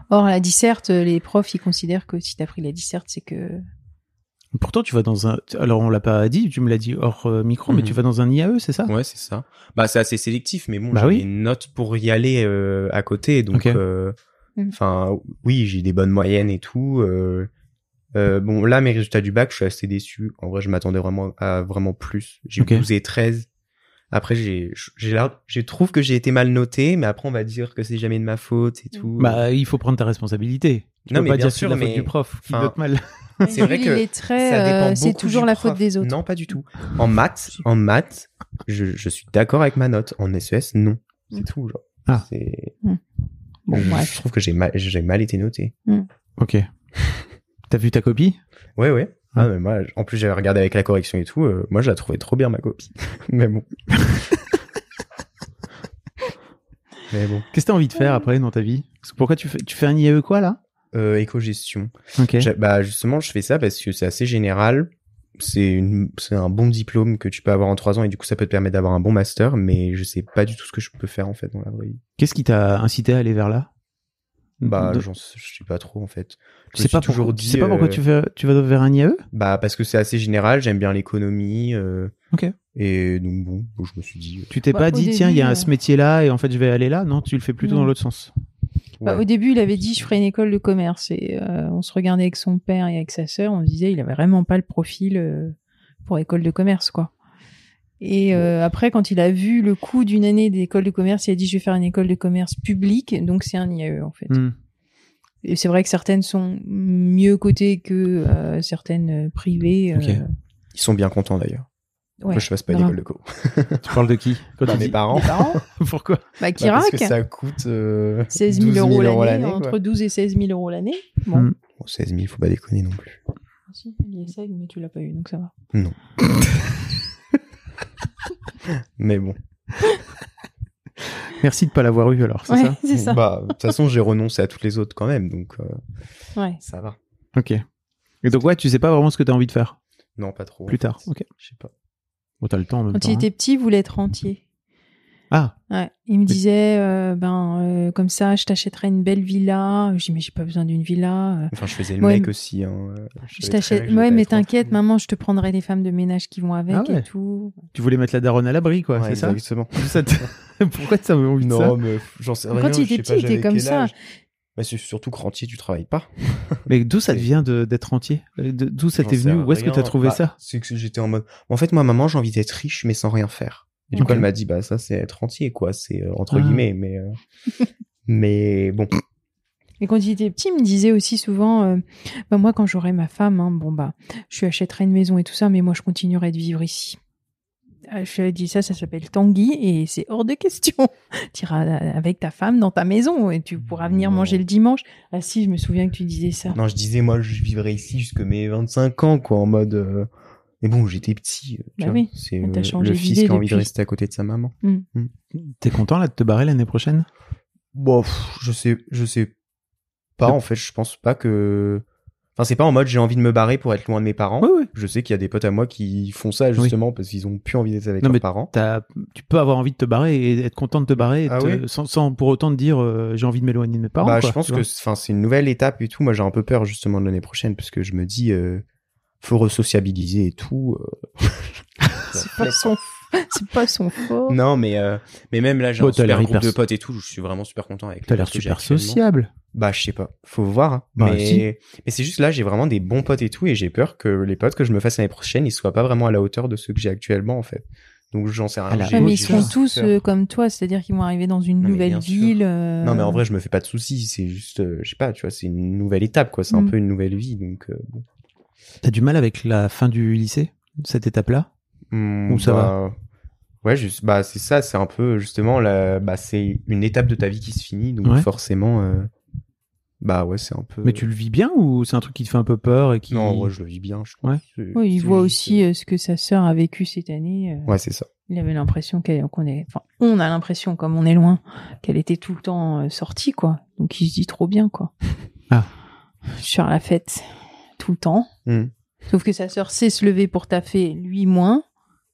Or la disserte, euh, les profs ils considèrent que si t'as pris la disserte, c'est que Pourtant, tu vas dans un. Alors, on l'a pas dit, tu me l'as dit hors euh, micro, mais Mhm. tu vas dans un IAE, c'est ça Ouais, c'est ça. Bah, c'est assez sélectif, mais bon, Bah j'ai oui. des notes pour y aller euh, à côté, donc, Ok. euh, Mm. enfin, oui, j'ai des bonnes moyennes et tout. euh, euh, bon, là, mes résultats du bac, je suis assez déçu. En vrai, je m'attendais vraiment à vraiment plus. J'ai eu Ok. 12 et 13. Après, j'ai, j'ai l'air- je trouve que j'ai été mal noté, mais après, on va dire que c'est jamais de ma faute et tout. Bah, il faut prendre ta responsabilité. Tu Non, peux mais pas bien dire que c'est sûr, la faute mais- du prof qui enfin, note mal. C'est vrai Lui, que il est très, Ça euh, dépend c'est beaucoup toujours du la prof. faute des autres. Non, pas du tout. En maths, en maths, je, je suis d'accord avec ma note. En SES, non. C'est tout, genre. Ah. C'est- Mm. Bon je, je bref. trouve que j'ai mal, j'ai mal été noté. Ok. T'as vu ta copie Ouais, ouais. Ah, mais moi, en plus, j'avais regardé avec la correction et tout. euh, moi, je la trouvais trop bien, ma copie. mais bon. mais bon. Qu'est-ce que t'as envie de faire après dans ta vie Parce que Pourquoi tu fais, tu fais un IAE quoi là Euh, éco-gestion. Ok. J'a- Bah, justement, je fais ça parce que c'est assez général. C'est une, c'est un bon diplôme que tu peux avoir en trois ans et du coup, ça peut te permettre d'avoir un bon master, mais je sais pas du tout ce que je peux faire, en fait, dans la vraie vie. Qu'est-ce qui t'a incité à aller vers là Bah, De- j'en sais- je sais pas trop en fait. Je tu me sais pas suis toujours pourquoi, dit. tu sais pas pourquoi euh, tu, vas- tu vas vers un E IAE Bah, parce que c'est assez général, j'aime bien l'économie. euh, Ok. Et donc, bon, bon, je me suis dit. Tu t'es Bah, pas au dit tiens il y a début, Mm. ce métier là et en fait je vais aller là Non, tu le fais plutôt Non. dans l'autre sens. euh, Bah, ouais. au début, il avait dit je ferai une école de commerce et euh, on se regardait avec son père et avec sa sœur, on se disait il avait vraiment pas le profil euh, pour école de commerce quoi. Et euh, après, quand il a vu le coût d'une année d'école de commerce, il a dit je vais faire une école de commerce publique, donc c'est un IAE en Mm. fait. Hmm. Et c'est vrai que certaines sont mieux cotées que euh, certaines euh, privées. euh, Ok. Ils sont bien contents d'ailleurs. ouais. que je fasse pas grave. d'école de co. Tu parles de qui Quand Bah, tu mes dis- parents. Pourquoi Bah, Bah, parce Kirak, que ça coûte euh, 16 000 euros 12 l'année, quoi. Mm. entre 12 et 16 000 euros l'année. Bon. Hmm. Bon, 16 000, faut pas déconner non plus. Ah, Si, il essaye, mais tu l'as pas eu, donc ça va. Mais bon. Merci de pas l'avoir eu alors, c'est Ouais, ça c'est ça. Bah, de toute façon, j'ai renoncé à toutes les autres quand même, donc euh, Ouais. ça va. Ok. Et donc ouais, tu sais pas vraiment ce que t'as envie de faire Non, pas trop. en plus tard. fait. Ok. Je sais pas. Bon, t'as le temps en même Quand temps. il hein. était petit, il voulait être rentier. Ah, Ouais. Il me disait, euh, ben, euh, comme ça, je t'achèterai une belle villa. Je dis, mais j'ai pas besoin d'une villa. euh. Enfin, je faisais le Moi, mec mais- aussi. Hein. euh, Je je savais très bien t'achète. que j'allais Ouais, pas mais être rentré. t'inquiète, maman, je te prendrai des femmes de ménage qui vont avec Ah ouais. et tout. tu voulais mettre la daronne à l'abri quoi, Ouais, c'est ça Exactement. Ça te- Pourquoi t'avais envie de ça Non, mais f- j'en sais Quand rien. il était je sais pas, petit, il j'avais était comme quel ça. âge. Mais c'est surtout que rentier, tu travailles pas. Mais d'où ça Et- te vient de- d'être entier Euh, de- D'où ça J'en t'est sais venu Où est-ce que rien. t'as trouvé Bah, ça C'est que j'étais en mode. En fait, moi, maman, j'ai envie d'être riche, mais sans rien faire. Et du Ok. coup, elle m'a dit, bah, ça, c'est être rentier, quoi. C'est euh, entre Ah. guillemets, mais. euh, mais bon. Mais quand il était petit, il me disait aussi souvent, euh, bah, moi, quand j'aurai ma femme, hein, bon, bah, je lui achèterai une maison et tout ça, mais moi, je continuerai de vivre ici. Euh, Je lui ai dit ça, ça s'appelle Tanguy et c'est hors de question. tu iras euh, avec ta femme dans ta maison et tu pourras venir Non. manger le dimanche. Ah si, je me souviens que tu disais Ah. ça. Non, je disais, moi, je vivrai ici jusque mes 25 ans, quoi, en mode. euh, Mais bon, j'étais petit. euh, Bah tu vois. oui, c'est on t'a euh, changé le fils d'idée qui a envie de depuis. rester à côté de sa maman. T'es content là de te barrer l'année prochaine Bon, pff, je sais, je sais pas. En fait, je pense pas que. Enfin, c'est pas en mode j'ai envie de me barrer pour être loin de mes parents. Oui, oui. Je sais qu'il y a des potes à moi qui font ça justement parce qu'ils ont plus envie d'être avec Non, mais leurs parents. T'as- Tu peux avoir envie de te barrer et être content de te barrer et Ah te- oui sans, sans pour autant te dire euh, j'ai envie de m'éloigner de mes parents. bah, quoi, je pense tu que vois. c'est- enfin c'est une nouvelle étape et tout. Moi, j'ai un peu peur justement de l'année prochaine parce que je me dis euh, faut resociabiliser et tout. euh. C'est pas son, c'est pas son fort. non, mais euh, mais même là, j'ai Bon, un t'as super l'air groupe hyper- de potes et tout. Je suis vraiment super content avec. T'as les l'air potes que j'ai super actuellement. sociable. Bah, je sais pas. Faut voir. hein. Bah, mais si. mais c'est juste là, j'ai vraiment des bons potes et tout, et j'ai peur que les potes que je me fasse l'année prochaine, ils soient pas vraiment à la hauteur de ceux que j'ai actuellement, en fait. Donc, j'en sais À rien. la j'ai- Ouais, Ah, mais ils j'ai seront juste tous peur. euh, comme toi, c'est-à-dire qu'ils vont arriver dans une Non, mais nouvelle bien sûr. ville. euh, Non, mais en vrai, je me fais pas de soucis. C'est juste, euh, je sais pas, tu vois, c'est une nouvelle étape, quoi. C'est un Mm. peu une nouvelle vie, donc. euh, bon. T'as du mal avec la fin du lycée, cette étape-là Hmm, Ou ça bah, Ouais, juste, bah, c'est ça, c'est un peu, justement, la, bah, c'est une étape de ta vie qui se finit, donc Ouais. forcément, euh, bah, ouais, c'est un peu. Mais tu le vis bien ou c'est un truc qui te fait un peu peur et qui. Non, en vrai, je le vis bien, je trouve. Ouais. C'est- Oui, il c'est voit juste, aussi euh, ce que sa sœur a vécu cette année. euh, euh, Ouais, c'est ça. Il avait l'impression qu'elle- qu'on est, enfin, on a l'impression, comme on est loin, qu'elle était tout le temps euh, sortie, quoi. Donc il se dit trop bien, quoi. Ah. Je suis à la fête tout le temps. Hmm. Sauf que sa sœur sait se lever pour taffer, lui moins.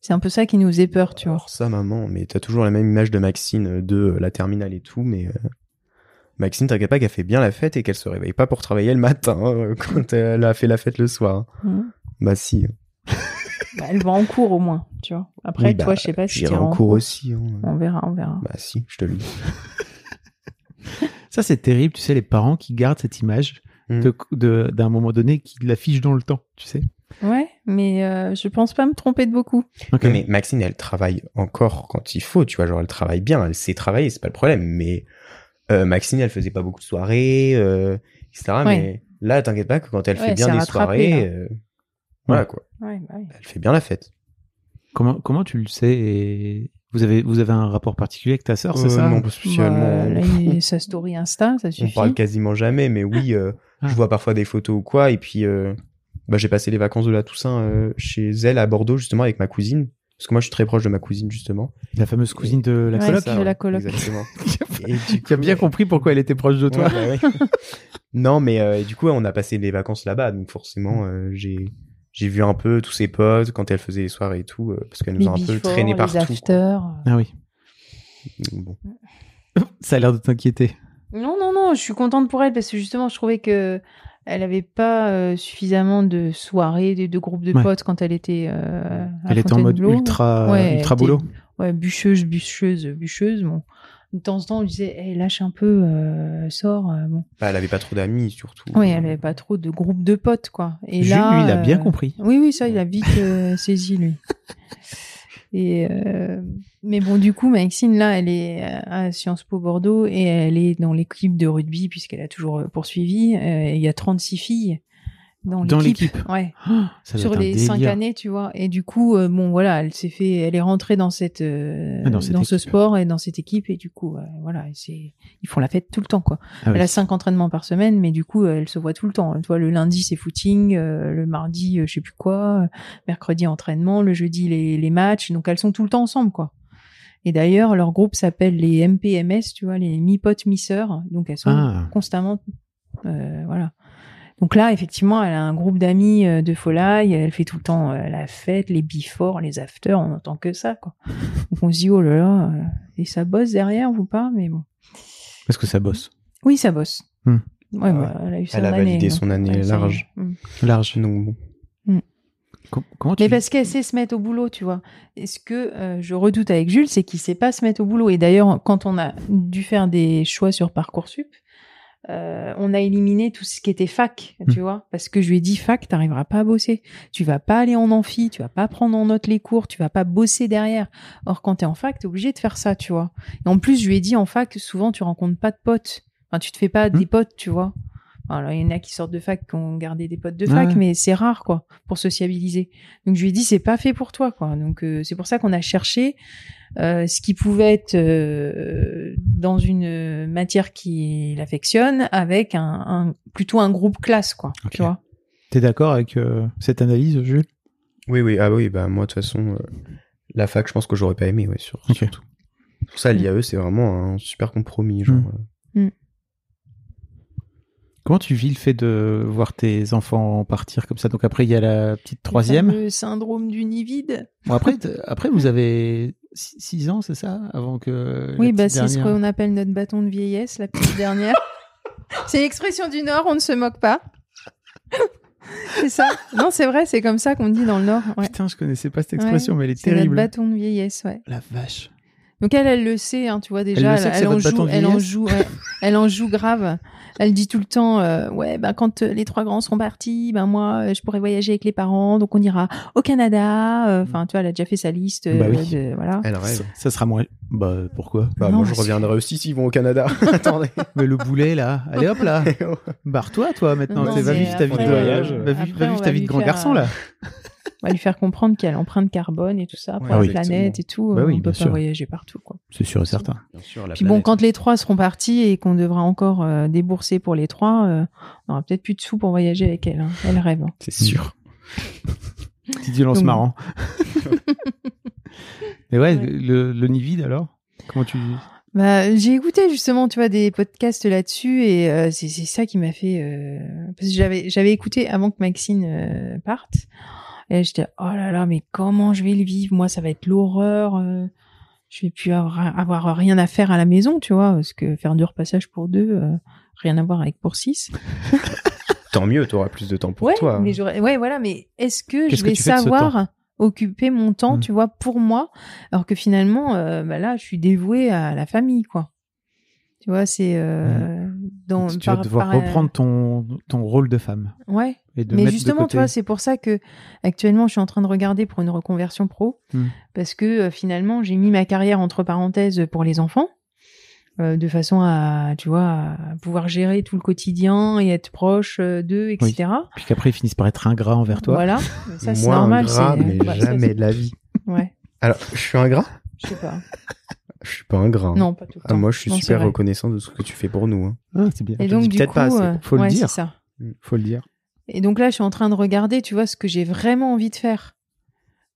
C'est un peu ça qui nous faisait peur, tu vois. Ça, maman, mais t'as toujours la même image de Maxine euh, de euh, la terminale et tout, mais euh, Maxine, t'inquiète pas qu'elle fait bien la fête et qu'elle se réveille pas pour travailler le matin euh, quand elle a fait la fête le soir. Mhm. Bah si. Bah, elle va en cours au moins, tu vois. Après, Oui, bah, toi, je sais pas si j'irai t'es en cours aussi. hein. On verra, on verra. Bah si, je te le dis. Ça, c'est terrible, tu sais, les parents qui gardent cette image Mm. de- de- d'un moment donné, qui l'affichent dans le temps, tu sais. Ouais, mais euh, je pense pas me tromper de beaucoup. Ok. Non, mais Maxine, elle travaille encore quand il faut, tu vois, genre elle travaille bien, elle sait travailler, c'est pas le problème, mais euh, Maxine, elle faisait pas beaucoup de soirées, euh, etc. Mais Ouais. là, t'inquiète pas que quand elle Ouais, fait bien c'est des rattrapé, soirées, là. euh, voilà quoi, Ouais, bah oui. elle fait bien la fête. Comment, comment tu le sais et vous avez, vous avez un rapport particulier avec ta sœur, c'est Euh, ça Non, pas spécialement. Bah, là, il est sa story Insta, ça on suffit. parle quasiment jamais, mais oui, euh, Ah. je vois parfois des photos ou quoi, et puis euh, bah, j'ai passé les vacances de la Toussaint euh, chez elle à Bordeaux justement avec ma cousine, parce que moi je suis très proche de ma cousine justement. La fameuse cousine de la Ouais, coloc. c'est de la coloc. Exactement. Qui a- Et du qui a coup, bien euh, compris pourquoi elle était proche de toi. Ouais, bah oui. non, mais euh, et du coup, on a passé les vacances là-bas, donc forcément, euh, j'ai j'ai vu un peu tous ses potes quand elle faisait les soirées et tout, euh, parce qu'elle nous Les a un peu before, traîné les partout. quoi. after. Ah oui, Donc, bon. ça a l'air de t'inquiéter. Non, non, non, je suis contente pour elle parce que justement, je trouvais que elle avait pas euh, suffisamment de soirées, de, de groupes de Ouais. potes quand elle était. euh, à Elle était en mode Fontainebleau. ultra, Ouais, ultra elle boulot. Ouais, bûcheuse, bûcheuse, bûcheuse. Bon, de temps en temps, on lui disait, Hey, lâche un peu, euh, sors. euh, bon. Bah, elle avait pas trop d'amis surtout. Oui, elle avait pas trop de groupes de potes, quoi. Et Jules, là, lui, il a bien euh, compris. Oui, oui, ça, il a vite euh, saisi, lui. Et euh, Mais bon, du coup, Maxine, là, elle est euh, à Sciences Po Bordeaux et elle est dans l'équipe de rugby, puisqu'elle a toujours euh, poursuivi. Euh, Il y a 36 filles dans l'équipe. Dans l'équipe. Ouais, Ça doit sur être un les cinq délire. années, tu vois. Et du coup, euh, bon, voilà, elle s'est fait, elle est rentrée dans cette, euh, Ah, dans cette ce équipe. sport et dans cette équipe. Et du coup, euh, voilà, c'est, ils font la fête tout le temps, quoi. Ah oui. Elle a cinq entraînements par semaine, mais du coup, euh, elle se voit tout le temps. Tu vois, le lundi, c'est footing, euh, le mardi, euh, je sais plus quoi, euh, mercredi, entraînement, le jeudi, les, les matchs. Donc, elles sont tout le temps ensemble, quoi. Et d'ailleurs, leur groupe s'appelle les MPMS, tu vois, les mi-potes, mi-sœurs. Donc, elles sont Ah. constamment, euh, voilà. Donc là, effectivement, elle a un groupe d'amis euh, de Folaille, elle fait tout le temps euh, la fête, les before, les after, on n'entend que ça, quoi. Donc on se dit, oh là là, euh, et ça bosse derrière ou pas, mais bon. Parce que ça bosse. Oui, ça bosse. Hmm. Ouais, Ah bah, elle a eu son Elle a année, validé donc. son année Ouais, ça y est. large. Hmm. Large. Donc, bon. Com- comment tu Mais parce qu'elle sait se mettre au boulot, tu vois. Et ce que euh, je redoute avec Jules, c'est qu'il sait pas se mettre au boulot. Et d'ailleurs, quand on a dû faire des choix sur Parcoursup, euh, on a éliminé tout ce qui était fac, Mmh. tu vois. Parce que je lui ai dit, fac, t'arriveras pas à bosser. Tu vas pas aller en amphi, tu vas pas prendre en note les cours, tu vas pas bosser derrière. Or, quand t'es en fac, t'es obligé de faire ça, tu vois. Et en plus, je lui ai dit, en fac, souvent, tu rencontres pas de potes. Enfin, tu te fais Mmh. pas des potes, tu vois. Alors, il y en a qui sortent de fac, qui ont gardé des potes de Ah fac, ouais. mais c'est rare, quoi, pour sociabiliser. Donc, je lui ai dit, c'est pas fait pour toi, quoi. Donc, euh, c'est pour ça qu'on a cherché euh, ce qui pouvait être euh, dans une matière qui l'affectionne avec un, un- plutôt un groupe classe, quoi. Ok. Tu vois. es d'accord avec euh, cette analyse, Jules Oui, oui, ah oui, bah moi de toute façon, euh, la fac, je pense que j'aurais pas aimé, ouais, sur, Ok. surtout. Pour ça, l'IAE, c'est vraiment un super compromis, genre. euh, Mm. Comment tu vis le fait de voir tes enfants partir comme ça Donc après, il y a la petite troisième. Le syndrome du nid vide. Bon, après, t- après, vous avez 6 ans, c'est ça Avant que. Oui, la bah, petite c'est ce dernière- qu'on appelle notre bâton de vieillesse, la petite dernière. c'est l'expression du Nord, on ne se moque pas. c'est ça. Non, c'est vrai, c'est comme ça qu'on dit dans le Nord. Ouais. Putain, je connaissais pas cette Ouais, expression, mais elle est C'est notre terrible. bâton de vieillesse, ouais. La vache. Donc elle, elle le sait, hein, tu vois Elle le déjà. sait que c'est en votre bâton joue, de elle en vieillesse joue, ouais. elle en joue grave. Elle dit tout le temps, euh, ouais, ben quand euh, les trois grands seront partis, ben moi, euh, je pourrai voyager avec les parents, donc on ira au Canada. euh, Enfin, tu vois, elle a déjà fait sa liste. euh, Mm. Bah oui. de- voilà. Elle Ça, rêve. ça sera moins. Bah pourquoi Bah, Non, moi, je mais c'est- reviendrai aussi s'ils vont au Canada. Attendez. Mais le boulet là, allez hop là, barre-toi toi maintenant, Non, t'es- va mais vivre ta vie de après, voyage, euh, va vivre- après, va on vivre ta va vie de lui grand faire, euh, garçon là. On va lui faire comprendre qu'il y a l'empreinte carbone et tout ça pour Ouais, la exactement. planète et tout. Bah euh, oui, on bien peut sûr. pas voyager partout, quoi. C'est sûr et certain. Bien sûr, la Puis bon, quand les trois seront partis et qu'on devra encore euh, débourser pour les trois, euh, on aura peut-être plus de sous pour voyager avec elle. hein. Elle rêve. hein. C'est sûr. Petite violence Donc- marrant. Mais ouais, Ouais. le, le nid vide alors Comment tu. Bah, j'ai écouté justement, tu vois, des podcasts là-dessus et euh, c'est c'est ça qui m'a fait euh, parce que j'avais j'avais écouté avant que Maxine euh, parte. Et là, j'étais oh là là, mais comment je vais le vivre Moi, ça va être l'horreur. euh, je vais plus avoir, avoir rien à faire à la maison, tu vois, parce que faire du repassage pour deux, euh, rien à voir avec pour six. Tant mieux, t'auras plus de temps pour ouais, toi. hein. mais j'aurais- ouais, voilà, mais est-ce que Qu'est-ce je que vais tu fais de ce savoir occuper mon temps, Mmh. Mm. tu vois, pour moi, alors que finalement, euh, bah là, je suis dévouée à la famille, quoi. Tu vois, c'est euh, dans Mmh. tu vas par- devoir par- euh, reprendre ton, ton rôle de femme. Ouais. Et de Mais mettre de justement, tu côté- vois, c'est pour ça que actuellement, je suis en train de regarder pour une reconversion pro, Mm. parce que euh, finalement, j'ai mis ma carrière entre parenthèses pour les enfants, euh, de façon à, tu vois, à pouvoir gérer tout le quotidien et être proche euh, d'eux, Oui. etc. Puis qu'après, ils finissent par être ingrats envers toi. Voilà, ça c'est Moi, normal. ingrat, c'est- mais bah, ça, jamais de la vie. c'est- Ouais, Alors, je suis ingrat je sais pas. Je suis pas ingrat. hein. Non, pas tout le Ah, temps. moi, je suis Non, c'est super vrai. reconnaissant de ce que tu fais pour nous. hein. Ah, c'est bien. Et Je le donc, dis du peut-être coup, pas assez. euh, Faut le ouais, dire. c'est ça. Faut le dire. Et donc là, je suis en train de regarder, tu vois, ce que j'ai vraiment envie de faire.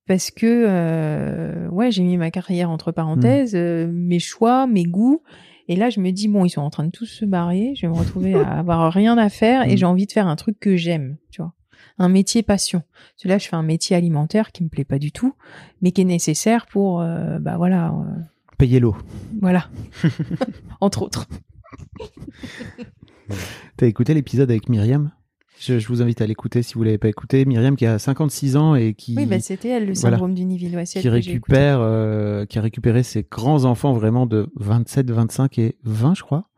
Parce que, euh, ouais, j'ai mis ma carrière entre Hmm. parenthèses, euh, mes choix, mes goûts. Et là, je me dis, bon, ils sont en train de tous se barrer. Je vais me retrouver à avoir rien à faire et Hmm. Mm. j'ai envie de faire un truc que j'aime, tu vois. Un métier passion. Parce que là, je fais un métier alimentaire qui me plaît pas du tout, mais qui est nécessaire pour, euh, bah voilà, euh, Payer l'eau. voilà. Entre autres. T'as écouté l'épisode avec Myriam je, je vous invite à l'écouter si vous l'avez pas écouté. Myriam qui a 56 ans et qui, Oui, bah, c'était elle, le Voilà. syndrome du Niville. Ouais, c'est qui elle que j'ai écouté. récupère, euh, qui a récupéré ses grands enfants vraiment de 27, 25 et 20, je crois,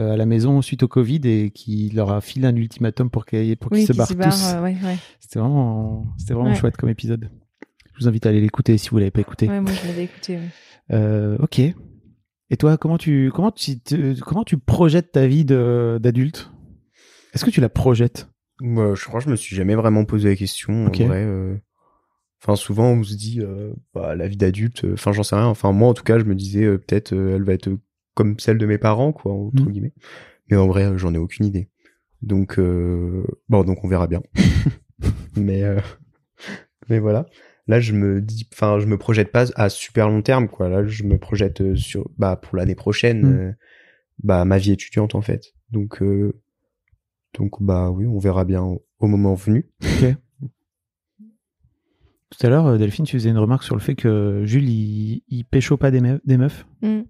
euh, à la maison suite au Covid et qui leur a filé un ultimatum pour qu'ils pour qu'ils Oui, se qui barrent tous. euh, ouais, ouais. C'était vraiment, c'était vraiment Ouais. chouette comme épisode. Je vous invite à aller l'écouter si vous l'avez pas écouté. Ouais, moi, je l'avais écouté. ouais. Euh, ok. Et toi, comment tu, comment tu, te- comment tu projettes ta vie de- d'adulte Est-ce que tu la projettes Moi, Bah, je crois que je me suis jamais vraiment posé la question. Ok. En vrai, euh. Enfin, souvent, on se dit, euh, bah, la vie d'adulte, euh, enfin, j'en sais rien. Enfin, moi, en tout cas, je me disais, euh, peut-être, euh, elle va être euh, comme celle de mes parents, quoi, entre Mhm. guillemets. Mais en vrai, euh, j'en ai aucune idée. Donc, euh, bon, donc, on verra bien. mais, euh, mais voilà. Là, je me dis, enfin, je me projette pas à super long terme, quoi. Là, je me projette euh, sur, bah, pour l'année prochaine, Mhm. euh, bah, ma vie étudiante, en fait. Donc, euh, donc bah oui, on verra bien au au moment venu. Tout à l'heure, euh, Delphine, tu faisais une remarque sur le fait que Jules, il, il pécho pas des, me- des meufs. Mm.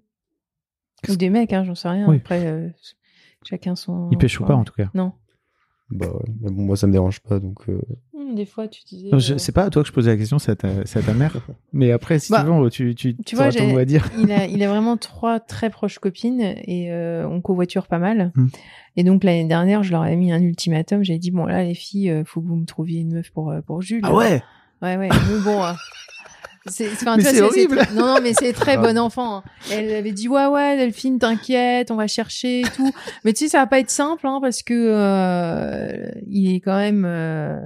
Ou des mecs, hein, j'en sais rien. Mmh. Oui. Après, euh, chacun son. Il pécho pas, en tout cas. Non. Bah ouais, mais bon, moi ça me dérange pas donc. euh, Mm, Des fois, tu disais. Non, je- euh, C'est pas à toi que je posais la question, c'est à, ta- c'est à ta mère. Mais après, si Bah, tu veux, tu, tu, tu vois, t'auras ton j'ai- mot à dire. il, a, il a vraiment trois très proches copines et euh, on covoiture pas mal. Mm. Et donc, l'année dernière, je leur ai mis un ultimatum. J'ai dit, bon, là, les filles, euh, faut que vous me trouviez une meuf pour, euh, pour Jules. Ah Ouais, ouais. Mais bon. euh, C'est enfin, tu Mais vois, c'est horrible. très- Non, non, mais c'est très Grave. bon enfant. hein. Elle avait dit ouais, ouais, Delphine, t'inquiète, on va chercher et tout. Mais tu sais, ça va pas être simple hein, parce que euh, il est quand même, euh,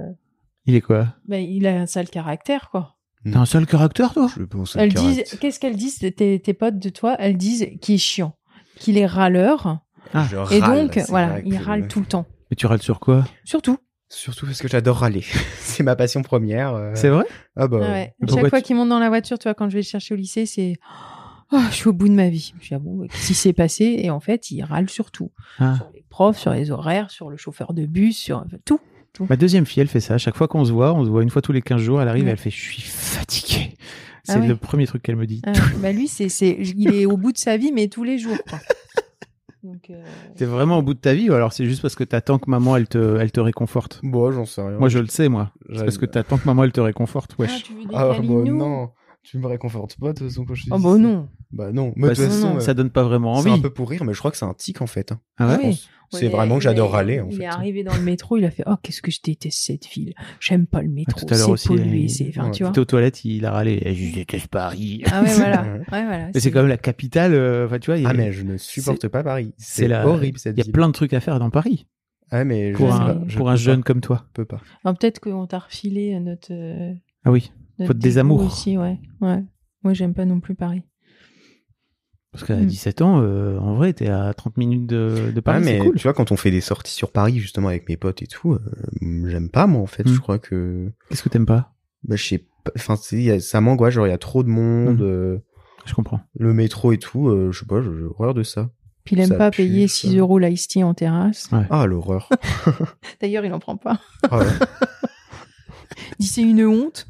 Il est quoi bah, il a un sale caractère quoi. Mm. T'as un seul caractère, toi Je pense Elles disent, qu'est-ce qu'elles disent tes, tes potes de toi Elles disent qu'il est chiant, qu'il est râleur Ah. et donc voilà, il râle tout le temps. Mais tu râles sur quoi Surtout. Surtout parce que j'adore râler. c'est ma passion première. euh, C'est vrai Ah bah. Ah ouais. Mais Chaque pourquoi fois tu- qu'il monte dans la voiture, tu vois, quand je vais le chercher au lycée, c'est oh, je suis au bout de ma vie. J'avoue, qu'est-ce qui s'est passé Et en fait, il râle sur tout. Ah. Sur les profs, sur les horaires, sur le chauffeur de bus, sur tout. Ma deuxième fille, elle fait ça. À Chaque fois qu'on se voit, on se voit une fois tous les 15 jours, elle arrive Ouais. et elle fait Je suis fatiguée. C'est Ah ouais. le premier truc qu'elle me dit. Ah, bah lui, c'est, c'est, il est au bout de sa vie, mais tous les jours. quoi. Donc, euh, T'es vraiment au bout de ta vie ou alors c'est juste parce que t'attends que maman, elle te, elle te réconforte Bon, j'en sais rien. Moi, je le sais, moi. C'est J'aime. parce que t'attends que maman, elle te réconforte. ah, Wesh. tu veux des Ah bah câlinous non. Tu me réconfortes pas de toute façon quand je te Oh dis bah ça. non. Bah non. Bah, Moi, de toute ça- non, façon, non, euh, ça donne pas vraiment c'est envie. un peu pour rire, mais je crois que c'est un tic en fait. hein. Ah ouais Oui. C'est Ouais, vraiment que mais j'adore râler en il est fait. arrivé dans le métro, il a fait oh qu'est-ce que je déteste cette ville, j'aime Ah, pas le métro, Ah, tout à l'heure c'est aussi, pollué, il- c'est, enfin, Ouais, tu vois. T'es aux toilettes, il a râlé. Eh, Je déteste Paris. Ah ouais voilà, ouais, voilà. Mais c'est quand même la capitale. euh, Enfin, tu vois, il y a, Ah mais je ne supporte pas Paris. c'est C'est la- horrible cette il y a ville. plein de trucs à faire dans Paris Ah mais je pour un, sais pas, je pour peux un pas, jeune comme toi. je peux pas. Alors, peut-être qu'on t'a refilé notre, euh, Ah oui, notre Votre dégoût désamour. aussi, ouais. ouais. Moi, j'aime pas non plus Paris. parce qu'à Mm. 17 ans, euh, en vrai, t'es à 30 minutes de, de Paris, Ouais, Ah, mais c'est cool. tu vois, quand on fait des sorties sur Paris, justement, avec mes potes et tout, euh, j'aime pas, moi, en fait. Mm. Je crois que, Qu'est-ce que t'aimes pas Hmm. bah, je sais pas, enfin, c'est- y a- ça m'angoisse, genre, il y a trop de monde, euh, Je comprends. Le métro et tout, euh, je sais pas, j'ai horreur de ça. Puis il aime Ça pas pue, payer ça. 6 euros l'ice tea en terrasse. Ah, l'horreur. D'ailleurs, il en prend pas. Ah ouais. Il dit c'est une honte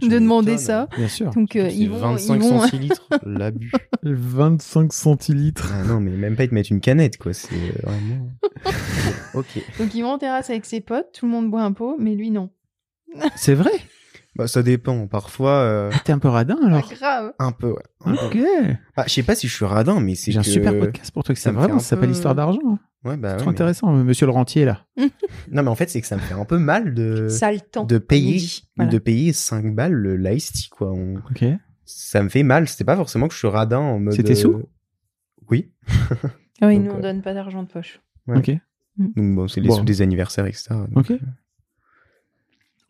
tu de hein. demander m'étonnes. ça. Bien sûr. Donc euh, C'est ils vont, 25 ils vont- centilitres, l'abus. 25 centilitres. Ah non, mais même pas, ils te mettent une canette, quoi. C'est euh, vraiment. ok. donc ils vont en terrasse avec ses potes, tout le monde boit un pot, mais lui non. C'est vrai Bah, ça dépend. Parfois, euh, T'es un peu radin Pas alors grave. un peu, ouais. Ok. Ah, je sais pas si je suis radin, mais c'est J'ai un que- super podcast pour toi qui ça me s'appelle vraiment, fait un ça s'appelle peu- Histoire d'argent. hein. Ouais, bah, C'est ouais, trop mais- intéressant, euh, monsieur le rentier là. Non, mais en fait, c'est que ça me fait un peu mal de, Ça le temps. euh, de comme il payer, dit. Voilà. de payer 5 balles le l'Ice Tea, quoi. On- Ok. Ça me fait mal. C'était pas forcément que je suis radin en mode. C'était euh, sous Oui. Ah oui, Donc, nous on euh, donne pas d'argent de poche. Ouais. Ok. Donc, bon, c'est les Bon. sous des anniversaires, etc. Ok. Donc, euh,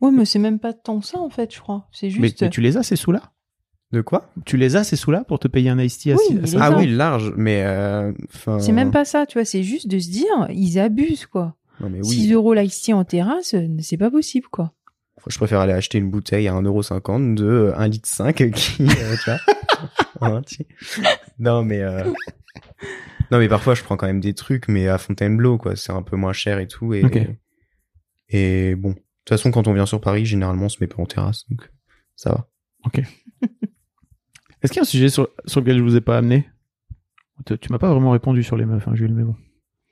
Ouais, mais c'est même pas tant ça en fait, je crois. C'est Mais, juste. mais tu les as ces sous là De quoi Tu les as ces sous là pour te payer un ice tea à Oui, six- il à les cinq a. Ah euros oui, large, mais. euh, enfin- C'est même pas ça, tu vois. C'est juste de se dire, ils abusent quoi. Non, mais 6 oui. euros l'ice tea en terrasse, euh, c'est pas possible quoi. Je préfère aller acheter une bouteille à 1,50€ de euh, 1,5 litre qui. euh, tu vois Hein, tu- Non, mais. euh, Non, mais parfois, je prends quand même des trucs, mais à Fontainebleau, quoi. C'est un peu moins cher et tout. Et, Ok. et bon. De toute façon, quand on vient sur Paris, généralement, on se met pas en terrasse. Donc, ça va. Est-ce qu'il y a un sujet sur, sur lequel je vous ai pas amené Tu, tu m'as pas vraiment répondu sur les meufs, hein, Jules, mais bon.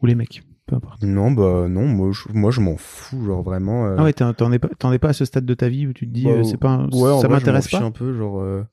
Ou les mecs, peu importe. Non, bah, non, moi, je, moi, je m'en fous, genre vraiment. euh, Ah ouais, t'en t'en es, pas- t'en es pas à ce stade de ta vie où tu te dis Bah, euh, c'est pas un- Ouais, en ça vrai, m'intéresse je m'en fiche pas un peu, genre. euh,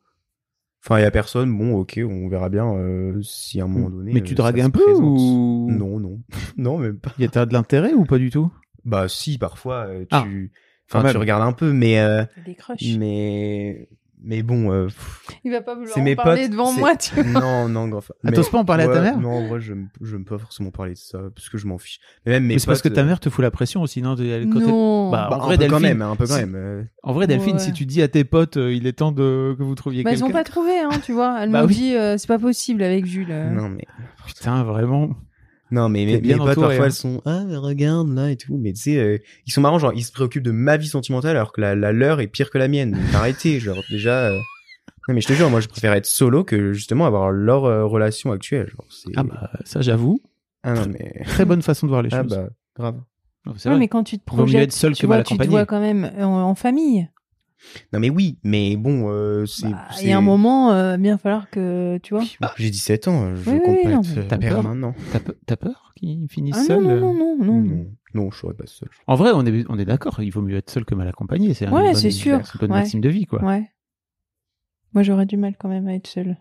Enfin, il y a personne. Bon, ok, on verra bien euh, si à un moment donné. Mm. Mais tu euh, ça dragues se un peu présente. ou Non, non. non, même pas. Y a t'as de l'intérêt ou pas du tout Bah, si, parfois, euh, Ah, tu. quand Enfin, même. tu regardes un peu, mais. euh, Des crushs. mais. Mais bon. euh, pff, Il va pas vouloir C'est mes en parler potes, devant c'est- moi, tu vois. non, non, enfin, Ah, T'oses pas en parler à ta ouais, mère Non, en vrai, je n'aime pas forcément parler de ça, parce que je m'en fiche. Mais même mes Mais c'est parce que potes, ta euh, mère te fout la pression aussi, non de- elle- quand elle- Non. Bah, bah, en un vrai, peu quand Delphine, même, un peu quand si- même. euh, En vrai, Delphine, Ouais. si tu dis à tes potes, euh, il est temps de... que vous trouviez Bah, ils quelqu'un. ont pas trouvé, hein, tu vois. Elle Bah m'a oui. dit, euh, c'est pas possible avec Jules. euh. Non, mais. Putain, vraiment. Non, mais T'es mes, bien mes potes, entouré, parfois, hein. elles sont Ah, mais regarde là et tout. Mais tu sais, euh, ils sont marrants, genre, ils se préoccupent de ma vie sentimentale alors que la, la leur est pire que la mienne. Donc, Arrêtez, genre, déjà. euh, Non, mais je te jure, moi, je préfère être solo que justement avoir leur euh, relation actuelle. Genre, c'est... Ah bah, ça j'avoue. Ah non, mais. Très bonne façon de voir les Ah choses. bah, grave. Non, c'est Ouais, vrai. mais quand tu te Vaut mieux être projettes, seul tu que vois, mal tu te accompagné. vois quand même en, en famille. Bah, Non, mais oui, mais bon, euh, c'est. Il c'est- y a un moment, euh, bien falloir que, tu vois. Bah, j'ai 17 ans, je Oui, oui, compte oui, pas non, être mais- euh, T'as père peur maintenant. T'as pe- T'as peur qu'ils finissent Ah non, seuls non, euh non, non, non. Non, non, je serais pas seul. En vrai, on est, on est d'accord, il vaut mieux être seul que mal accompagné. C'est un Ouais, bon- c'est sûr. C'est une bonne Ouais. maxime de vie, quoi. Ouais. Moi, j'aurais du mal quand même à être seule.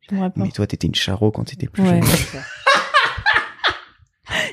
J'aimerais pas. Mais toi, t'étais une charo quand t'étais plus Ouais. jeune.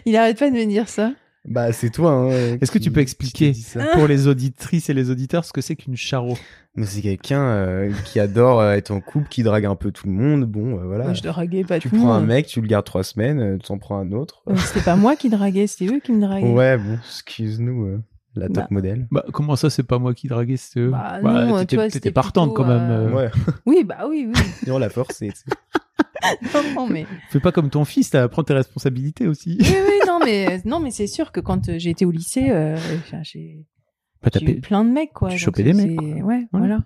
Il arrête pas de me dire ça. Bah, c'est toi. Hein, euh, Est-ce que tu qui- peux qui expliquer t'ai dit ça. Pour les auditrices et les auditeurs, ce que c'est qu'une charo. Mais c'est quelqu'un euh, qui adore euh, être en couple, qui drague un peu tout le monde. Bon, euh, voilà. Moi, je draguais pas tu tout le prends un monde. mec, tu le gardes trois semaines, euh, t'en prends un autre. Euh, C'était pas moi qui draguais, c'était eux qui me draguaient. ouais, bon, excuse-nous, euh, la top Bah. modèle. Bah, comment ça, c'est pas moi qui draguais, c'est eux Bah, non, tu t'étais- vois, T'étais c'était partante plutôt, quand même. euh, euh. Ouais, Oui, bah oui, oui. et on l'a forcé. tu sais. non, non, mais. Fais pas comme ton fils, t'as- prends tes responsabilités aussi. Oui, oui, non, mais, non, mais c'est sûr que quand euh, j'ai été au lycée, euh, enfin, j'ai Bah, t'as j'ai eu pé- plein de mecs, quoi. tu Donc, chopais des mecs, c'est- quoi. Ouais, voilà.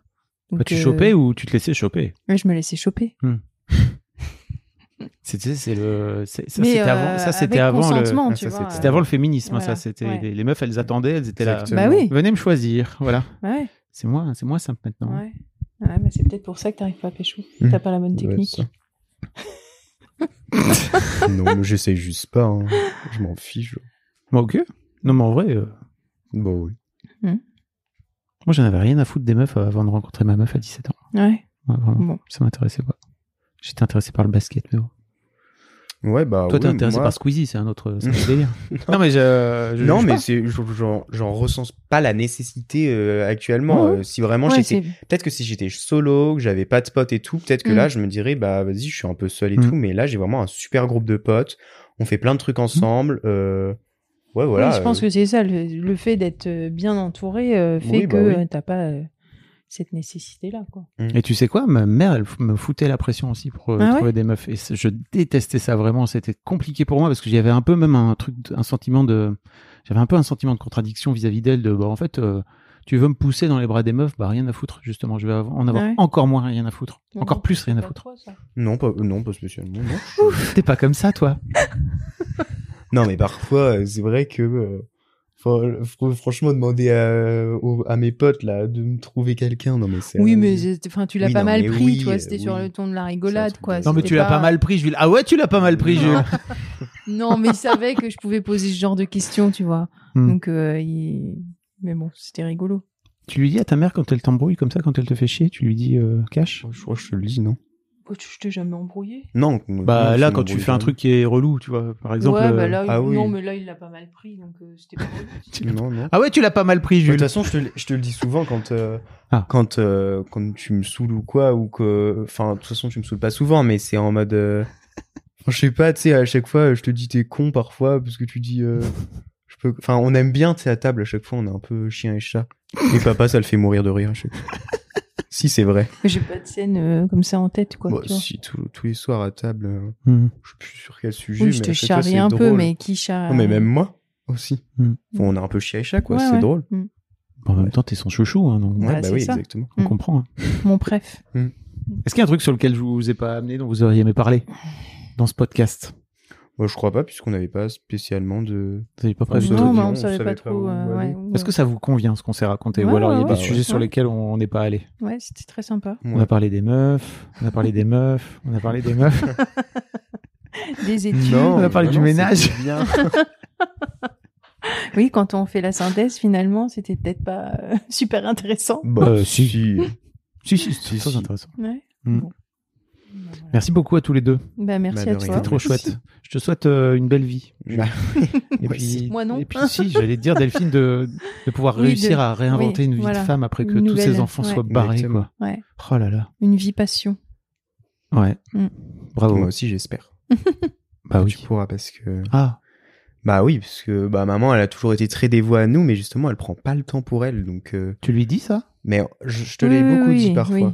bah, tu Donc, euh, chopais ou tu te laissais choper ouais, Je me laissais choper. C'était c'est le c'est- ça Mais, c'était euh, avant ça c'était avec avant le consentement, Ah, tu ça, vois. euh, c'était avant le féminisme hein, Voilà, ça c'était ouais. les, les meufs elles attendaient elles étaient là Exactement. Bah oui. venez me choisir voilà euh, Ouais, c'est moi c'est moi simple maintenant ouais. Ouais, bah, c'est peut-être pour ça que t'arrives pas à pécho. Mmh. T'as pas la bonne Ça doit être technique. ça. non, mais j'essaie juste pas. hein. Je m'en fiche. Bah, ok non mais en vrai euh, Bon, oui. moi j'en avais rien à foutre des meufs euh, avant de rencontrer ma meuf à 17 ans Ouais. Ouais, vraiment, Bon. ça m'intéressait pas j'étais intéressé par le basket mais bon. Ouais, bah. toi t'es oui, intéressé moi- par Squeezie c'est un autre c'est un autre délire Ah non mais je, je Non, juge mais pas. c'est- je- j'en j'en ressens pas la nécessité euh, actuellement. Ouais, euh, si vraiment Ouais, j'étais c'est- Peut-être que si j'étais solo, que j'avais pas de potes et tout, peut-être que Mm. là, je me dirais, bah, vas-y, je suis un peu seul et Mm. tout, mais là, j'ai vraiment un super groupe de potes. On fait plein de trucs ensemble. euh, Ouais, voilà. Oui, Mm. je pense euh, que c'est ça, le, le fait d'être euh, bien entouré euh, fait Oui, bah que oui. euh, t'as pas euh, cette nécessité-là. quoi. Et tu sais quoi, ma mère, elle f- me foutait la pression aussi pour euh, Mm. Ah ouais trouver des meufs. Et c- je détestais ça vraiment. C'était compliqué pour moi parce que j'avais un peu même un truc, de- un sentiment de, j'avais un peu un sentiment de contradiction vis-à-vis d'elle. De, bah, en fait, euh, tu veux me pousser dans les bras des meufs, bah rien à foutre, justement. Je vais av- en avoir Ah Ouais. Ah encore moins rien à foutre. Non, Encore non, plus rien à pas foutre. trop, ça. Non, pas, non, pas spécialement. Non. T'es pas comme ça, toi. Non, mais parfois, euh, c'est vrai que, euh, fr- fr- franchement, demander à, au- à mes potes, là, de me trouver quelqu'un, non, mais c'est. Oui, mais c'est- enfin, tu l'as Oui, pas non, mal mais pris, oui, tu vois, euh, c'était oui. sur le ton de la C'est un rigolade, truc quoi. de- Non, mais c'était tu l'as pas mal pris, Jules. Ah ouais, tu l'as pas mal pris, Jules. Non, mais il savait que je pouvais poser ce genre de questions, tu vois. Hmm. Donc, euh, il- mais bon, c'était rigolo. tu lui dis à ta mère quand elle t'embrouille comme ça, quand elle te fait chier, tu lui dis euh, cash. Je crois que je te le dis, non je t'ai Oh, jamais embrouillé. Non. Bah non, là, sinon, quand on tu brûle fais un jamais. truc qui est relou, tu vois, par exemple. ouais, euh, bah là, ah il- oui. non, mais là, il l'a pas mal pris, donc euh, c'était pas mal. Non, non. Ah ouais, tu l'as pas mal pris, Bah, De toute Jules. façon, je te, le- je te le dis souvent quand euh, Ah. quand euh, quand tu me saoules ou quoi ou que enfin de toute façon tu me saoules pas souvent mais c'est en mode euh, enfin, je sais pas tu sais à chaque fois je te dis t'es con parfois parce que tu dis euh, je peux enfin on aime bien tu sais à table à chaque fois on est un peu chien et chat et papa ça le fait mourir de rire à chaque fois. si c'est vrai. Mais J'ai pas de scène euh, comme ça en tête, quoi. Bon, tu vois. si tous tous les soirs à table euh, Hmm. je suis plus sur quel sujet Oui, mais je à te chaque fois, charrie c'est un peu, drôle. mais qui charrie Non, mais même moi aussi. Mm. Enfin, on est un peu chien et chat quoi, Ouais, c'est ouais. drôle. Mm. En même temps, t'es son chouchou, hein, donc Ouais, Bah, bah c'est oui, ça. exactement. on Mm. comprend. hein. Mon préf. Est-ce qu'il y a un truc sur lequel je vous ai pas amené, dont vous auriez aimé parler dans ce podcast Moi, Bah, je crois pas, puisqu'on n'avait pas spécialement de. Vous avez pas Enfin, prévu ce- de- autres Non, mais qui on ont- savait pas savait pas trop. où euh, aller. ouais, Est-ce que ça vous convient ce qu'on s'est raconté Ou Ouais, alors il y a ouais, des ouais. sujets sur Ouais. lesquels on on n'est pas allé Ouais, c'était très sympa. On a parlé des meufs, on a parlé des meufs, on a parlé des meufs. Des études. on a parlé du ménage. c'était bien. Oui, quand on fait la synthèse, finalement, c'était peut-être pas euh, super intéressant. Bah, Euh, si. si. si, si, c'est Si, très si. intéressant. Ouais. Hmm. Mm. Bon. Bah, voilà. Merci beaucoup à tous les deux. Bah, merci Bah, à de rien. toi. C'était trop merci. chouette. Je te souhaite euh, une belle vie. Bah, Et moi puis, Moi non. Et puis si, j'allais te dire Delphine de, de pouvoir Oui, de- réussir à réinventer oui, une vie voilà. de femme après que Une tous ses nouvelle, enfants ouais. soient barrés. Exactement. Quoi. Ouais. Oh là là. Une vie passion. Ouais. Mm. Bravo. Moi aussi, j'espère. bah oui. Tu pourras parce que. Ah. Bah oui, parce que bah, maman, elle a toujours été très dévouée à nous, mais justement, elle prend pas le temps pour elle. Donc, euh, Tu lui dis ça Mais je, je te l'ai Oui, beaucoup oui, dit oui, parfois. oui.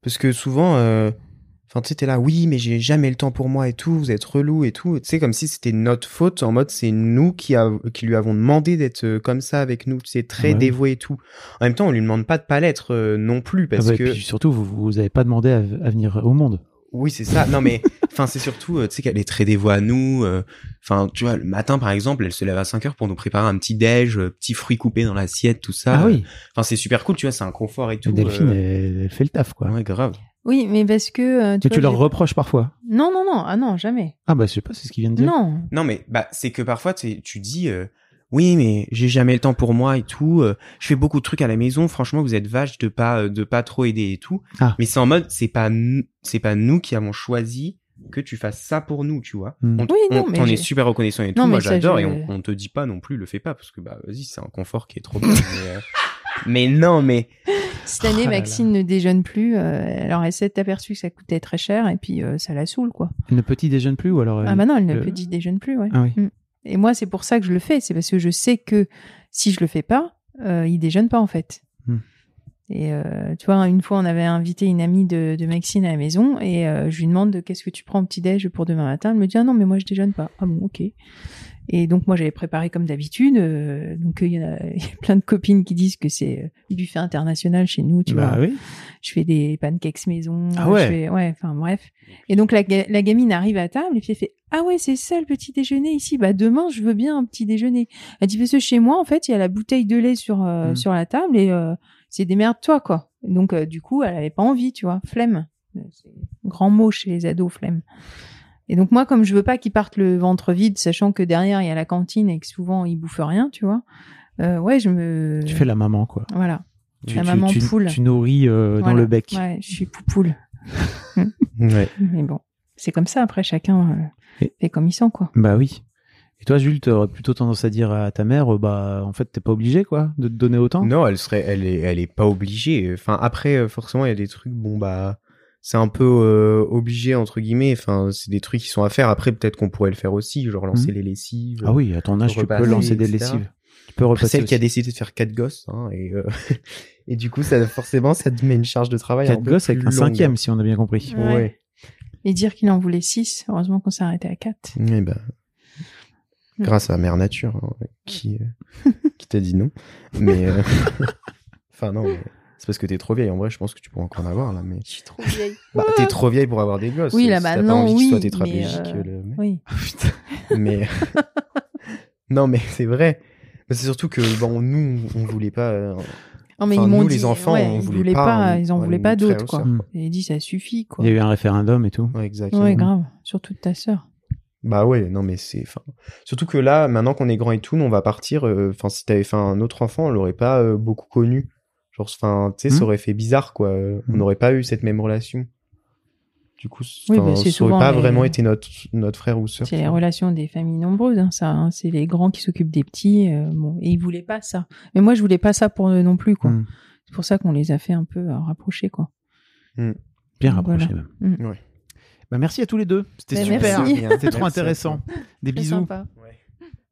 Parce que souvent, euh, enfin, tu sais, t'es là, oui, mais j'ai jamais le temps pour moi et tout, vous êtes relou et tout. Tu sais, comme si c'était notre faute, en mode c'est nous qui, av- qui lui avons demandé d'être euh, comme ça avec nous, c'est très Ah bah oui. dévoué et tout. En même temps, on lui demande pas de pas l'être euh, non plus, parce Ah bah, que. Et puis surtout, vous, vous avez pas demandé à, à venir au monde. Oui, c'est ça. Non, mais enfin, c'est surtout, euh, tu sais, qu'elle est très dévouée à nous. euh, Enfin, tu vois, le matin, par exemple, elle se lève à 5 heures pour nous préparer un petit déj, euh, petits fruits coupés dans l'assiette, tout ça. Ah, oui. Enfin, c'est super cool, tu vois, c'est un confort et tout. Delphine, euh, elle, elle fait le taf quoi. Ouais, grave. Oui, mais parce que. euh, Mais vois, tu leur j'ai- reproches parfois. Non, non, non. Ah non, jamais. Ah bah je sais pas, c'est ce qu'il vient de dire. Non. Non, mais bah, c'est que parfois, t'es- tu dis, euh, oui, mais j'ai jamais le temps pour moi et tout. euh, je fais beaucoup de trucs à la maison. Franchement, vous êtes vache de pas euh, de pas trop aider et tout. Ah. Mais c'est en mode, c'est pas nous- c'est pas nous qui avons choisi que tu fasses ça pour nous, tu vois. Mm. On, Oui, non, on mais t'en j'ai- est super reconnaissant et Non, tout. mais Moi, ça, j'adore je- et on, on te dit pas non plus, le fais pas parce que bah vas-y, c'est un confort qui est trop bien. mais, euh, mais non, mais Cette année, Oh là Maxine ne déjeune plus. euh, alors, elle s'est aperçue que ça coûtait très cher et puis euh, ça la saoule, quoi. Elle ne petit déjeune plus ou alors. elle- Ah bah non, elle ne euh, peut dire déjeune plus, ouais. Ah oui. Mm. Et moi, c'est pour ça que je le fais. C'est parce que je sais que si je le fais pas, euh, il déjeune pas, en fait. Mm. Et euh, tu vois, une fois, on avait invité une amie de, de Maxine à la maison et euh, je lui demande de, qu'est-ce que tu prends au petit-déj pour demain matin. Elle me dit ah non, mais moi, je déjeune pas. Ah bon, ok. Et donc, moi, j'avais préparé comme d'habitude. euh, donc, il y, en a- il y a plein de copines qui disent que c'est euh, buffet international chez nous, tu vois Bah oui. je fais des pancakes maison. Ah ouais. je fais- ouais, enfin bref. Et donc la, ga- la gamine arrive à table et puis elle fait Ah ouais, c'est ça le petit déjeuner ici. Bah demain, je veux bien un petit déjeuner. Elle dit Parce que chez moi, en fait, il y a la bouteille de lait sur, euh, Mm. sur la table et euh, c'est démerde-toi, quoi. Donc euh, du coup, elle avait pas envie, tu vois, flemme. Euh, C'est un Grand mot chez les ados, flemme. Et donc moi, comme je veux pas qu'ils partent le ventre vide, sachant que derrière, il y a la cantine et que souvent, ils bouffent rien, tu vois. euh, ouais, je me. Tu fais la maman quoi. Voilà. Tu, La tu- maman tu- poule. tu nourris euh, dans Voilà. le bec. Ouais, je suis poupoule. ouais. Mais bon, c'est comme ça. Après, chacun euh, Et- fait comme il sent, quoi. Bah oui. Et toi, Jules, t'aurais plutôt tendance à dire à ta mère, euh, bah, en fait, t'es pas obligé, quoi, de te donner autant. Non, elle serait, elle est, elle est pas obligée. Enfin, après, euh, forcément, il y a des trucs, bon bah, c'est un peu euh, obligé entre guillemets. Enfin, c'est des trucs qui sont à faire. Après, peut-être qu'on pourrait le faire aussi, genre lancer Mhm. les lessives. Ah oui, à ton âge, tu peux Repasser, lancer des etc. lessives. Tu peux Après, repasser. celle qui a aussi. décidé de faire quatre gosses, hein, et euh, et du coup, ça forcément, ça te met une charge de travail. Quatre un peu gosses plus avec un longue. cinquième, si on a bien compris. Ouais. Ouais. Et dire qu'il en voulait 6, heureusement qu'on s'est arrêté à 4. Eh ben, Mm. grâce à Mère Nature hein, qui euh, qui t'a dit non, mais euh, Enfin, non, mais c'est parce que t'es trop vieille. En vrai, je pense que tu pourras encore en avoir, là. Mais... Je suis trop vieille. Bah, t'es trop vieille pour avoir des gosses. Oui, là, Si bah, t'as pas non, envie qu'ils oui, soient mais, tétraplégiques, euh, le mec. Oui. Mais. non, mais c'est vrai. Mais C'est surtout que, bon, nous, on voulait pas. euh, Non, mais enfin, ils m'ont nous, dit, les enfants, ouais, on ils voulait voulaient pas, on- ils en ouais, voulaient nos pas frères et d'autres, sœurs. quoi. Mm. Ils dit, ça suffit, quoi. Il y a eu un référendum et tout. Ouais, exactement. Ouais, grave. Surtout de ta sœur. Bah ouais, non mais c'est, enfin, surtout que là, maintenant qu'on est grand et tout, nous, on va partir. euh, Enfin, si t'avais fait un autre enfant, on l'aurait pas euh, beaucoup connu. Genre, enfin, tu sais, Mhm. Hmm. ça aurait fait bizarre quoi. Euh, On Mhm. n'aurait pas eu cette même relation. Du coup, c- Oui, enfin, bah, c'est ça aurait souvent pas les- vraiment été notre notre frère ou sœur. C'est les tu vois. relations des familles nombreuses, hein, ça. hein. C'est les grands qui s'occupent des petits. euh, bon, et ils voulaient pas ça. Mais moi, je voulais pas ça pour eux non plus, quoi. Hmm. Mm. C'est pour ça qu'on les a fait un peu euh, rapprocher, quoi. Bien Voilà. rapproché même. Mm. Ouais. Bah, merci à tous les deux. C'était Bah, super. merci. C'était trop Merci à intéressant. Des Très bisous. sympa.